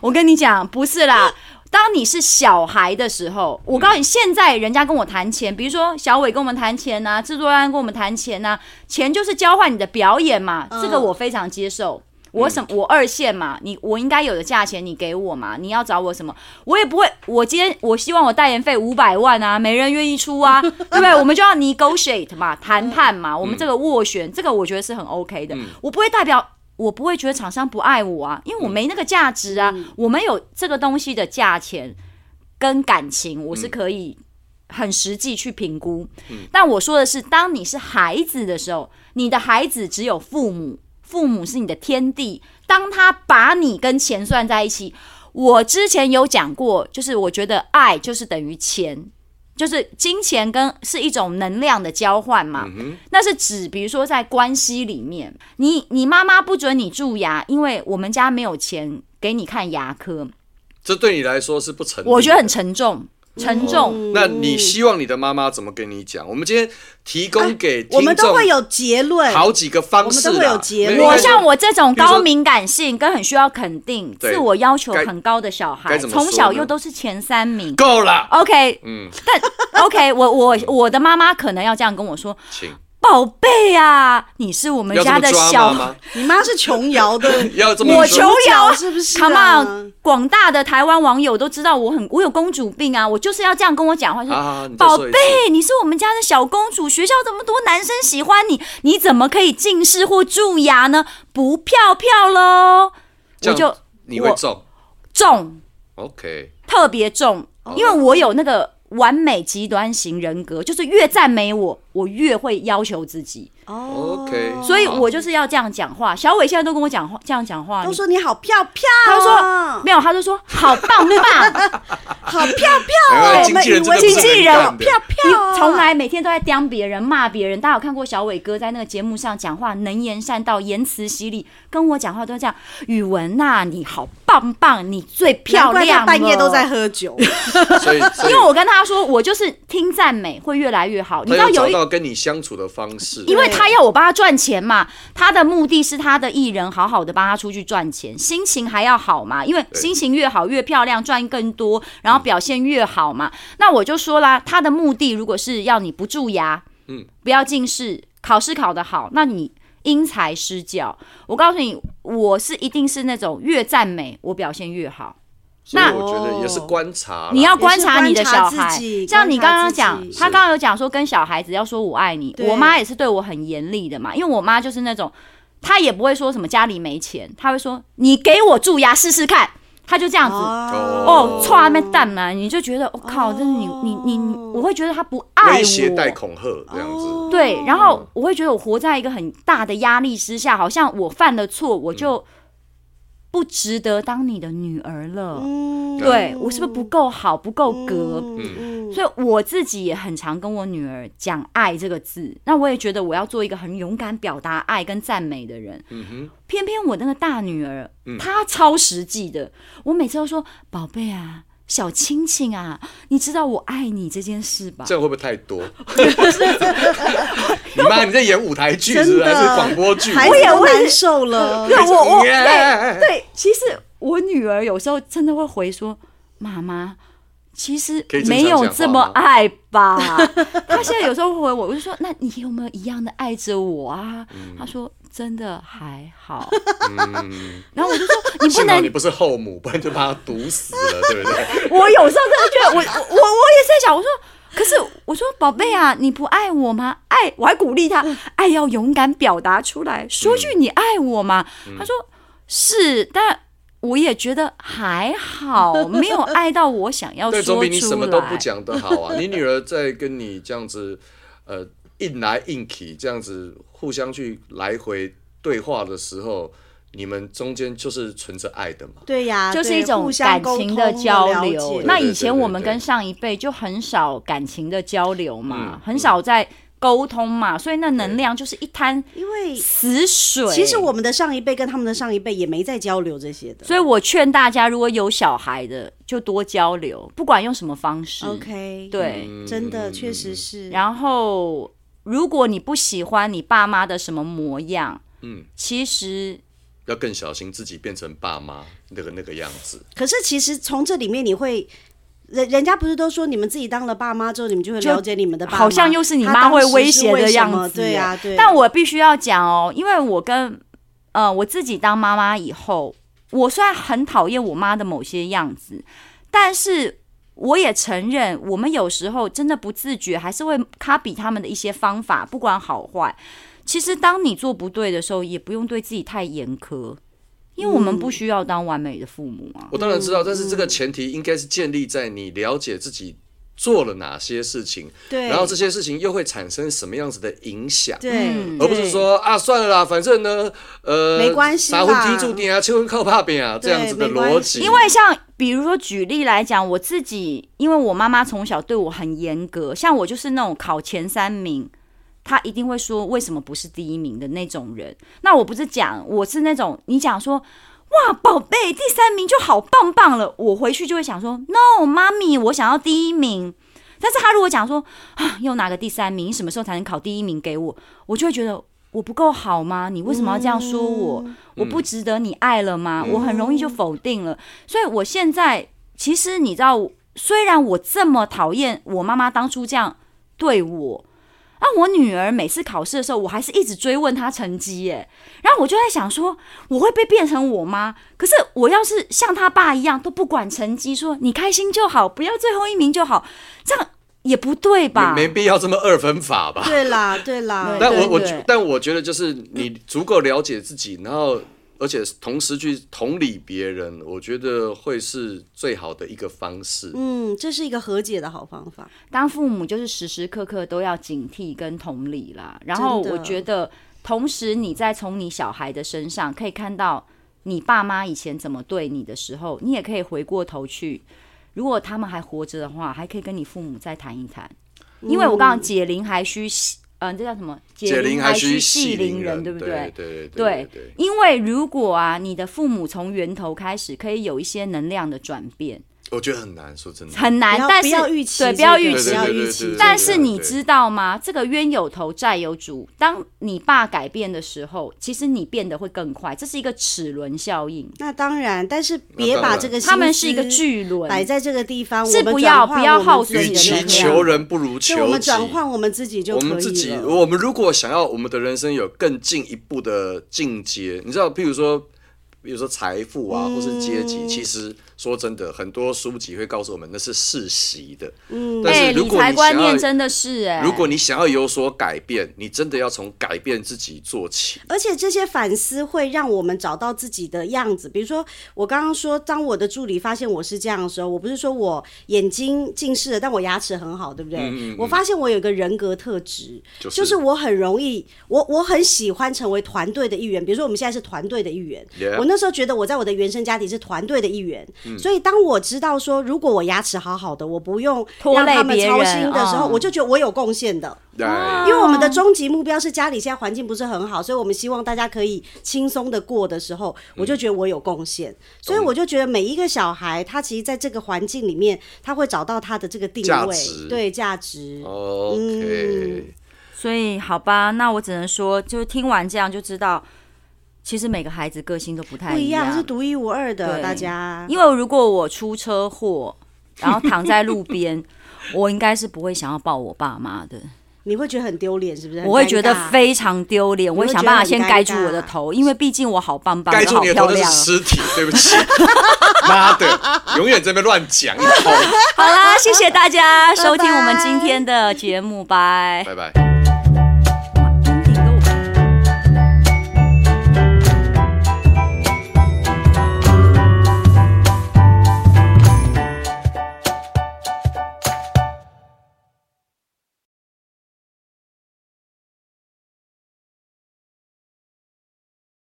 [SPEAKER 1] 我跟你讲，不是啦。当你是小孩的时候，我告诉你，现在人家跟我谈钱，比如说小伟跟我们谈钱呐、制作人跟我们谈钱呐、钱就是交换你的表演嘛，这个我非常接受。我什我二线嘛，你我应该有的价钱你给我嘛，你要找我什么，我也不会。我今天我希望我代言费五百万啊，没人愿意出啊，对 不对？我们就要 negotiate 嘛，谈判嘛，我们这个斡旋，这个我觉得是很 OK 的。我不会代表，我不会觉得厂商不爱我啊，因为我没那个价值啊，我们有这个东西的价钱跟感情，我是可以很实际去评估。但我说的是，当你是孩子的时候，你的孩子只有父母，父母是你的天地。当他把你跟钱算在一起，我之前有讲过，就是我觉得爱就是等于钱。就是金钱跟是一种能量的交换嘛，那是指比如说在关系里面，你你妈妈不准你蛀牙，因为我们家没有钱给你看牙科，
[SPEAKER 3] 这对你来说是不成立的。
[SPEAKER 1] 我觉得很沉重，沉重。
[SPEAKER 3] 那你希望你的妈妈怎么跟你讲？我们今天提供
[SPEAKER 1] 哎
[SPEAKER 3] 给
[SPEAKER 4] 我们
[SPEAKER 3] 听众
[SPEAKER 4] 都会有结论。
[SPEAKER 3] 好几个方式啦，
[SPEAKER 4] 我们都会有结论
[SPEAKER 3] 没
[SPEAKER 1] 我
[SPEAKER 3] 应该说
[SPEAKER 1] 像我这种
[SPEAKER 3] 比如说
[SPEAKER 1] 高敏感性跟很需要肯定、
[SPEAKER 3] 对
[SPEAKER 1] 自我要求
[SPEAKER 3] 该
[SPEAKER 1] 很高的小孩，
[SPEAKER 3] 该怎么说
[SPEAKER 1] 从小
[SPEAKER 3] 呢
[SPEAKER 1] 又都是前三 名。
[SPEAKER 3] 够了，
[SPEAKER 1] OK，
[SPEAKER 3] 嗯，
[SPEAKER 1] 但 OK，我我我的妈妈可能要这样跟我说
[SPEAKER 3] 请：“
[SPEAKER 1] 宝贝啊，你是我们
[SPEAKER 3] 要这
[SPEAKER 1] 家
[SPEAKER 3] 么
[SPEAKER 1] 的
[SPEAKER 3] 抓
[SPEAKER 1] 小
[SPEAKER 3] 妈妈，
[SPEAKER 4] 你妈是琼瑶 的
[SPEAKER 3] 要这么
[SPEAKER 1] 我
[SPEAKER 3] 说
[SPEAKER 1] 求饶
[SPEAKER 4] 是不是、啊、
[SPEAKER 1] Come on，广大的台湾网友都知道我很我有公主病啊，我就是要这样跟我讲话，说、
[SPEAKER 3] 啊你再
[SPEAKER 1] 宝
[SPEAKER 3] 说一次
[SPEAKER 1] 贝，你是我们家的小公主，学校这么多男生喜欢你，你怎么可以近视或蛀牙呢？不漂漂喽！
[SPEAKER 3] 这
[SPEAKER 1] 我
[SPEAKER 3] 样
[SPEAKER 1] 就
[SPEAKER 3] 你会
[SPEAKER 1] 我
[SPEAKER 3] 中
[SPEAKER 1] 重，
[SPEAKER 3] ，OK，
[SPEAKER 1] 特别重，因为
[SPEAKER 3] 哦
[SPEAKER 1] 我有那个完美极端型人格，就是越赞美我，我越会要求自己，
[SPEAKER 4] 哦
[SPEAKER 3] OK
[SPEAKER 1] 所以我就是要这样讲话。小伟现在都跟我讲话，这样讲话，
[SPEAKER 4] 都
[SPEAKER 1] 你
[SPEAKER 4] 说你好漂漂，
[SPEAKER 1] 他说没有，他就说好棒棒。
[SPEAKER 4] 好漂漂
[SPEAKER 3] 哎
[SPEAKER 4] 哦，
[SPEAKER 3] 经纪人
[SPEAKER 4] 我
[SPEAKER 3] 真
[SPEAKER 4] 们
[SPEAKER 3] 的不
[SPEAKER 4] 以
[SPEAKER 3] 是
[SPEAKER 4] 为
[SPEAKER 1] 经纪人
[SPEAKER 3] 很干的
[SPEAKER 4] 漂漂哦，
[SPEAKER 1] 你从来每天都在刁别人、骂别人。大家有看过小伟哥在那个节目上讲话，能言善道，言辞犀利，跟我讲话都这样。语文呐、你好棒棒，你最漂
[SPEAKER 4] 难怪
[SPEAKER 1] 亮
[SPEAKER 4] 她
[SPEAKER 1] 了。
[SPEAKER 4] 半夜都在喝酒。
[SPEAKER 3] 所以所以
[SPEAKER 1] 因为我跟他说，我就是听赞美会越来越好。你
[SPEAKER 3] 他
[SPEAKER 1] 知道
[SPEAKER 3] 要
[SPEAKER 1] 有
[SPEAKER 3] 找
[SPEAKER 1] 一
[SPEAKER 3] 到跟你相处的方式，
[SPEAKER 1] 因为他要我帮他赚钱嘛，他的目的是他的艺人好好的帮他出去赚钱，心情还要好嘛，因为心情越好越漂亮，赚更多，然后表现越好嘛。那我就说啦，他的目的如果是要你不蛀牙，嗯，不要近视，考试考得好，那你因材施教。我告诉你，我是一定是那种越赞美我表现越好。
[SPEAKER 3] 所以
[SPEAKER 1] 那
[SPEAKER 3] 我觉得也是观察啦，
[SPEAKER 1] 你要观察
[SPEAKER 4] 也是
[SPEAKER 1] 你
[SPEAKER 4] 观察
[SPEAKER 1] 的小孩
[SPEAKER 4] 自己，
[SPEAKER 1] 像你刚刚讲
[SPEAKER 4] 观察自，己
[SPEAKER 1] 他刚刚有讲说跟小孩子要说我爱你，
[SPEAKER 4] 对
[SPEAKER 1] 我妈也是对我很严厉的嘛，因为我妈就是那种，她也不会说什么家里没钱，她会说你给我蛀牙试试看，她就这样子。哦，错啊，那蛋啊，你就觉得我、靠，真的你
[SPEAKER 4] 哦
[SPEAKER 1] 你你你，我会觉得她不爱
[SPEAKER 3] 威胁带
[SPEAKER 1] 我，
[SPEAKER 3] 恐吓这样子，
[SPEAKER 1] 哦对，然
[SPEAKER 4] 哦
[SPEAKER 1] 后我会觉得我活在一个很大的压力之下，好像我犯了错，我
[SPEAKER 3] 嗯
[SPEAKER 1] 就不值得当你的女儿了。
[SPEAKER 4] 嗯
[SPEAKER 1] 对我是不是不够好，不够格？
[SPEAKER 4] 嗯
[SPEAKER 1] 所以我自己也很常跟我女儿讲“爱”这个字，那我也觉得我要做一个很勇敢表达爱跟赞美的人。嗯哼，嗯偏偏我那个大女儿，她超实际的，我每次都说：“宝贝啊，小亲亲啊，你知道我爱你这件事吧？
[SPEAKER 3] 这样会不会太 多？你妈，你在演舞台剧
[SPEAKER 4] 真
[SPEAKER 3] 是不是？还
[SPEAKER 4] 的
[SPEAKER 3] 是广播剧？
[SPEAKER 4] 孩
[SPEAKER 3] 哎
[SPEAKER 1] 我
[SPEAKER 4] 子
[SPEAKER 1] 也
[SPEAKER 4] 都
[SPEAKER 1] 我也
[SPEAKER 4] 难受了。
[SPEAKER 1] 对， 我我
[SPEAKER 3] 耶
[SPEAKER 1] 对对，其实我女儿有时候真的会回说：“妈妈，其实
[SPEAKER 3] 可以正常
[SPEAKER 1] 没有
[SPEAKER 3] 讲
[SPEAKER 1] 这
[SPEAKER 3] 话
[SPEAKER 1] 么
[SPEAKER 3] 吗
[SPEAKER 1] 爱吧。” 她现在有时候回我，我就说：“那你有没有一样的爱着我啊？”
[SPEAKER 3] 嗯
[SPEAKER 1] 她说：“真的还好。 然后我就说：“你不
[SPEAKER 3] 幸好
[SPEAKER 1] 能
[SPEAKER 3] 你嗯不是后母，不然就把她毒死了，对不对？
[SPEAKER 1] 我有时候真的觉得我， 我我我也是在想，我说，可是我说宝贝啊，你不爱我吗？爱，我还鼓励他，
[SPEAKER 3] 嗯
[SPEAKER 1] 爱要勇敢表达出来，说句你爱我嘛。
[SPEAKER 3] 嗯
[SPEAKER 1] 他说是，但我也觉得还好，没有爱到我想 要
[SPEAKER 3] 对，
[SPEAKER 1] 说
[SPEAKER 3] 总
[SPEAKER 1] 出
[SPEAKER 3] 比
[SPEAKER 1] 来。
[SPEAKER 3] 你什么都不讲的好啊！ 你女儿在跟你这样子，呃，硬来硬去，这样子互相去来回对话的时候，你们中间就是存着爱的嘛。
[SPEAKER 4] 对呀、
[SPEAKER 1] 就是
[SPEAKER 4] 啊对
[SPEAKER 1] 一种
[SPEAKER 4] 互相
[SPEAKER 1] 感
[SPEAKER 4] 沟
[SPEAKER 1] 情
[SPEAKER 4] 通
[SPEAKER 1] 的交
[SPEAKER 4] 了
[SPEAKER 1] 流
[SPEAKER 4] 解。
[SPEAKER 1] 那
[SPEAKER 3] 对
[SPEAKER 1] 以前我们
[SPEAKER 3] 对对
[SPEAKER 1] 跟上一辈就很少感情的交流嘛
[SPEAKER 3] 嗯，
[SPEAKER 1] 很少在沟通嘛，所以那能量就是一滩
[SPEAKER 4] 因为
[SPEAKER 1] 死水。
[SPEAKER 4] 其实我们的上一辈跟他们的上一辈也没在交流这些的。
[SPEAKER 1] 所以我劝大家，如果有小孩的，就多交流，不管用什么方式。
[SPEAKER 4] OK，，嗯
[SPEAKER 1] 对，嗯
[SPEAKER 4] 真的确实是。
[SPEAKER 1] 然后如果你不喜欢你爸妈的什么模样，
[SPEAKER 3] 嗯，
[SPEAKER 1] 其实
[SPEAKER 3] 要更小心自己变成爸妈那个那个样子，
[SPEAKER 4] 可是其实从这里面你会。人人家不是都说你们自己当了爸妈之后，你们就会
[SPEAKER 1] 就
[SPEAKER 4] 了解你们的爸妈，
[SPEAKER 1] 好像又是你
[SPEAKER 4] 他
[SPEAKER 1] 妈
[SPEAKER 4] 当
[SPEAKER 1] 会
[SPEAKER 4] 时是
[SPEAKER 1] 威胁
[SPEAKER 4] 为
[SPEAKER 1] 的
[SPEAKER 4] 什
[SPEAKER 1] 样
[SPEAKER 4] 么
[SPEAKER 1] 子。
[SPEAKER 4] 对啊，对。
[SPEAKER 1] 但我必须要讲哦，因为我跟呃我自己当妈妈以后，我虽然很讨厌我妈的某些样子，但是我也承认，我们有时候真的不自觉还是会 copy 他们的一些方法，不管好坏。其实当你做不对的时候，也不用对自己太严苛，因为我们不需要当完美的父母啊。
[SPEAKER 3] 我当然知道，但是这个前提应该是建立在你了解自己做了哪些事情，
[SPEAKER 4] 对，
[SPEAKER 3] 然后这些事情又会产生什么样子的影响。
[SPEAKER 4] 对，
[SPEAKER 3] 而不是说啊，算了啦，反正呢，呃，
[SPEAKER 4] 没关系啦
[SPEAKER 3] 啥婚踢住你啊，结婚靠怕饼啊，这样子的
[SPEAKER 4] 没关
[SPEAKER 3] 逻
[SPEAKER 4] 系
[SPEAKER 3] 辑。
[SPEAKER 1] 因为像比如说举例来讲，我自己，因为我妈妈从小对我很严格，像我就是那种考前三名，她一定会说为什么不是第一名的那种人。那我不是讲，我是那种你讲说。哇，宝贝，第三名就好棒棒了。我回去就会想说，no，妈咪，我想要第一名。但是她如果讲说啊，又拿个第三名，你什么时候才能考第一名给我？我就会觉得我不够好吗？你为什么要这样说我？
[SPEAKER 3] 嗯
[SPEAKER 1] 我不值得你爱了吗？我很容易就否定了。所以我现在其实你知道，虽然我这么讨厌我妈妈当初这样对我，啊，我女儿每次考试的时候，我还是一直追问她成绩耶。然后我就在想说，我会被变成我妈？可是我要是像她爸一样都不管成绩，说你开心就好，不要最后一名就好，这样也不对吧？
[SPEAKER 3] 没没必要这么二分法吧？
[SPEAKER 4] 对啦，对啦，
[SPEAKER 3] 但我
[SPEAKER 1] 对
[SPEAKER 3] 我
[SPEAKER 1] 对
[SPEAKER 3] 觉但我觉得就是你足够了解自己，然后而且同时去同理别人，我觉得会是最好的一个方式。
[SPEAKER 4] 嗯，这是一个和解的好方法。
[SPEAKER 1] 当父母就是时时刻刻都要警惕跟同理啦。然后
[SPEAKER 4] 真的
[SPEAKER 1] 我觉得，同时你在从你小孩的身上可以看到你爸妈以前怎么对你的时候，你也可以回过头去，如果他们还活着的话，还可以跟你父母再谈一谈。
[SPEAKER 4] 嗯
[SPEAKER 1] 因为我刚刚解铃还需系，嗯、这叫什么？
[SPEAKER 3] 解铃还
[SPEAKER 1] 需
[SPEAKER 3] 需
[SPEAKER 1] 系
[SPEAKER 3] 系
[SPEAKER 1] 铃
[SPEAKER 3] 人，
[SPEAKER 1] 对不
[SPEAKER 3] 对？对对
[SPEAKER 1] 对
[SPEAKER 3] 对，
[SPEAKER 1] 因为如果啊，你的父母从源头开始可以有一些能量的转变，
[SPEAKER 3] 我觉得很难，说真的。
[SPEAKER 1] 很难
[SPEAKER 4] 不要，
[SPEAKER 1] 但
[SPEAKER 4] 不
[SPEAKER 1] 是
[SPEAKER 4] 要预期这
[SPEAKER 1] 对，
[SPEAKER 4] 个，
[SPEAKER 1] 不要预期
[SPEAKER 4] 不，要
[SPEAKER 3] 对对
[SPEAKER 4] 预
[SPEAKER 3] 对
[SPEAKER 4] 期。
[SPEAKER 1] 但
[SPEAKER 3] 对
[SPEAKER 1] 是
[SPEAKER 3] 对
[SPEAKER 1] 你知道吗？这个冤有头债有主，当你爸改变的时候，其实你变得会更快，这是一个齿轮效应，
[SPEAKER 4] 那当然，但是别
[SPEAKER 3] 那当
[SPEAKER 4] 把
[SPEAKER 3] 然
[SPEAKER 4] 这个
[SPEAKER 1] 他们
[SPEAKER 4] 心
[SPEAKER 1] 是一个
[SPEAKER 4] 思
[SPEAKER 1] 巨
[SPEAKER 4] 摆
[SPEAKER 1] 轮。
[SPEAKER 4] 在这个地方，
[SPEAKER 1] 是
[SPEAKER 4] 我们
[SPEAKER 1] 不要
[SPEAKER 4] 转换
[SPEAKER 1] 不要
[SPEAKER 4] 我们
[SPEAKER 1] 耗
[SPEAKER 4] 自己
[SPEAKER 1] 损
[SPEAKER 3] 与
[SPEAKER 1] 你的
[SPEAKER 3] 其
[SPEAKER 4] 能量
[SPEAKER 3] 求人，不如
[SPEAKER 4] 就我
[SPEAKER 3] 求
[SPEAKER 4] 们
[SPEAKER 3] 己。
[SPEAKER 4] 转换我们自己就
[SPEAKER 3] 我
[SPEAKER 4] 可以
[SPEAKER 3] 们自己，
[SPEAKER 4] 了
[SPEAKER 3] 我们如果想要我们的人生有更进一步的境界，你知道，譬如说，比如说财富啊，
[SPEAKER 1] 嗯
[SPEAKER 3] 或是阶级，其实说真的，很多书籍会告诉我们那是世袭的。嗯，但
[SPEAKER 1] 哎，
[SPEAKER 3] 是如
[SPEAKER 1] 理
[SPEAKER 3] 果
[SPEAKER 1] 财
[SPEAKER 3] 你
[SPEAKER 1] 观
[SPEAKER 3] 想
[SPEAKER 1] 念
[SPEAKER 3] 要，
[SPEAKER 1] 真的是哎、
[SPEAKER 3] 如果你想要有所改变，你真的要从改变自己做起。
[SPEAKER 4] 而且这些反思会让我们找到自己的样子。比如说，我刚刚说，当我的助理发现我是这样的时候，我不是说我眼睛近视了，但我牙齿很好，对不对？我发现我有一个人格特质，
[SPEAKER 3] 嗯就是
[SPEAKER 4] 就是我很容易，我我很喜欢成为团队的一员。比如说，我们现在是团队的一员
[SPEAKER 3] Yeah 嗯
[SPEAKER 4] 我那时候觉得我在我的原生家庭是团队的一员，所以当我知道说，如果我牙齿好好的，我不用
[SPEAKER 1] 拖
[SPEAKER 4] 让
[SPEAKER 1] 累
[SPEAKER 4] 他们
[SPEAKER 1] 别
[SPEAKER 4] 操
[SPEAKER 1] 人
[SPEAKER 4] 心的时候，
[SPEAKER 1] 嗯
[SPEAKER 4] 我就觉得我有贡献的。
[SPEAKER 3] 对，
[SPEAKER 1] 哇
[SPEAKER 4] 因为我们的
[SPEAKER 1] 嗯
[SPEAKER 4] 终极目标是家里现在环境不是很好，所以我们希望大家可以轻松的过的时候，
[SPEAKER 3] 嗯
[SPEAKER 4] 我就觉得我有贡献，所以我就觉得每一个小孩，他其实在这个环境里面，他会找到他的这个定
[SPEAKER 3] 价
[SPEAKER 4] 位
[SPEAKER 3] 值，哦
[SPEAKER 4] 对价值。
[SPEAKER 1] 嗯
[SPEAKER 3] OK，
[SPEAKER 1] 所以好吧，那我只能说，就是听完这样就知道，其实每个孩子个性都不太
[SPEAKER 4] 不一样，
[SPEAKER 1] 样
[SPEAKER 4] 是啊独一无二的，
[SPEAKER 1] 对
[SPEAKER 4] 大家。
[SPEAKER 1] 因为如果我出车祸，然后躺在路边， 我应该是不会想要抱我爸妈的，
[SPEAKER 4] 你会觉得很丢脸，是不是？很
[SPEAKER 1] 我会
[SPEAKER 4] 尴
[SPEAKER 1] 觉得
[SPEAKER 4] 尬
[SPEAKER 1] 非常丢脸，我
[SPEAKER 4] 会
[SPEAKER 1] 会
[SPEAKER 4] 觉
[SPEAKER 1] 想
[SPEAKER 4] 得
[SPEAKER 1] 办法
[SPEAKER 4] 很
[SPEAKER 1] 先
[SPEAKER 4] 尴
[SPEAKER 1] 盖住我的
[SPEAKER 4] 尬
[SPEAKER 1] 头，因为毕竟我好棒棒，
[SPEAKER 3] 盖
[SPEAKER 1] 我
[SPEAKER 3] 住
[SPEAKER 1] 好
[SPEAKER 3] 你的头
[SPEAKER 1] 漂
[SPEAKER 3] 那是
[SPEAKER 1] 亮哦。
[SPEAKER 3] 尸体，对不起， 妈的，永远在那边乱讲一通，
[SPEAKER 1] 好啦，谢谢大家收听我们
[SPEAKER 4] 拜拜
[SPEAKER 1] 今天的节目，拜
[SPEAKER 3] 拜拜。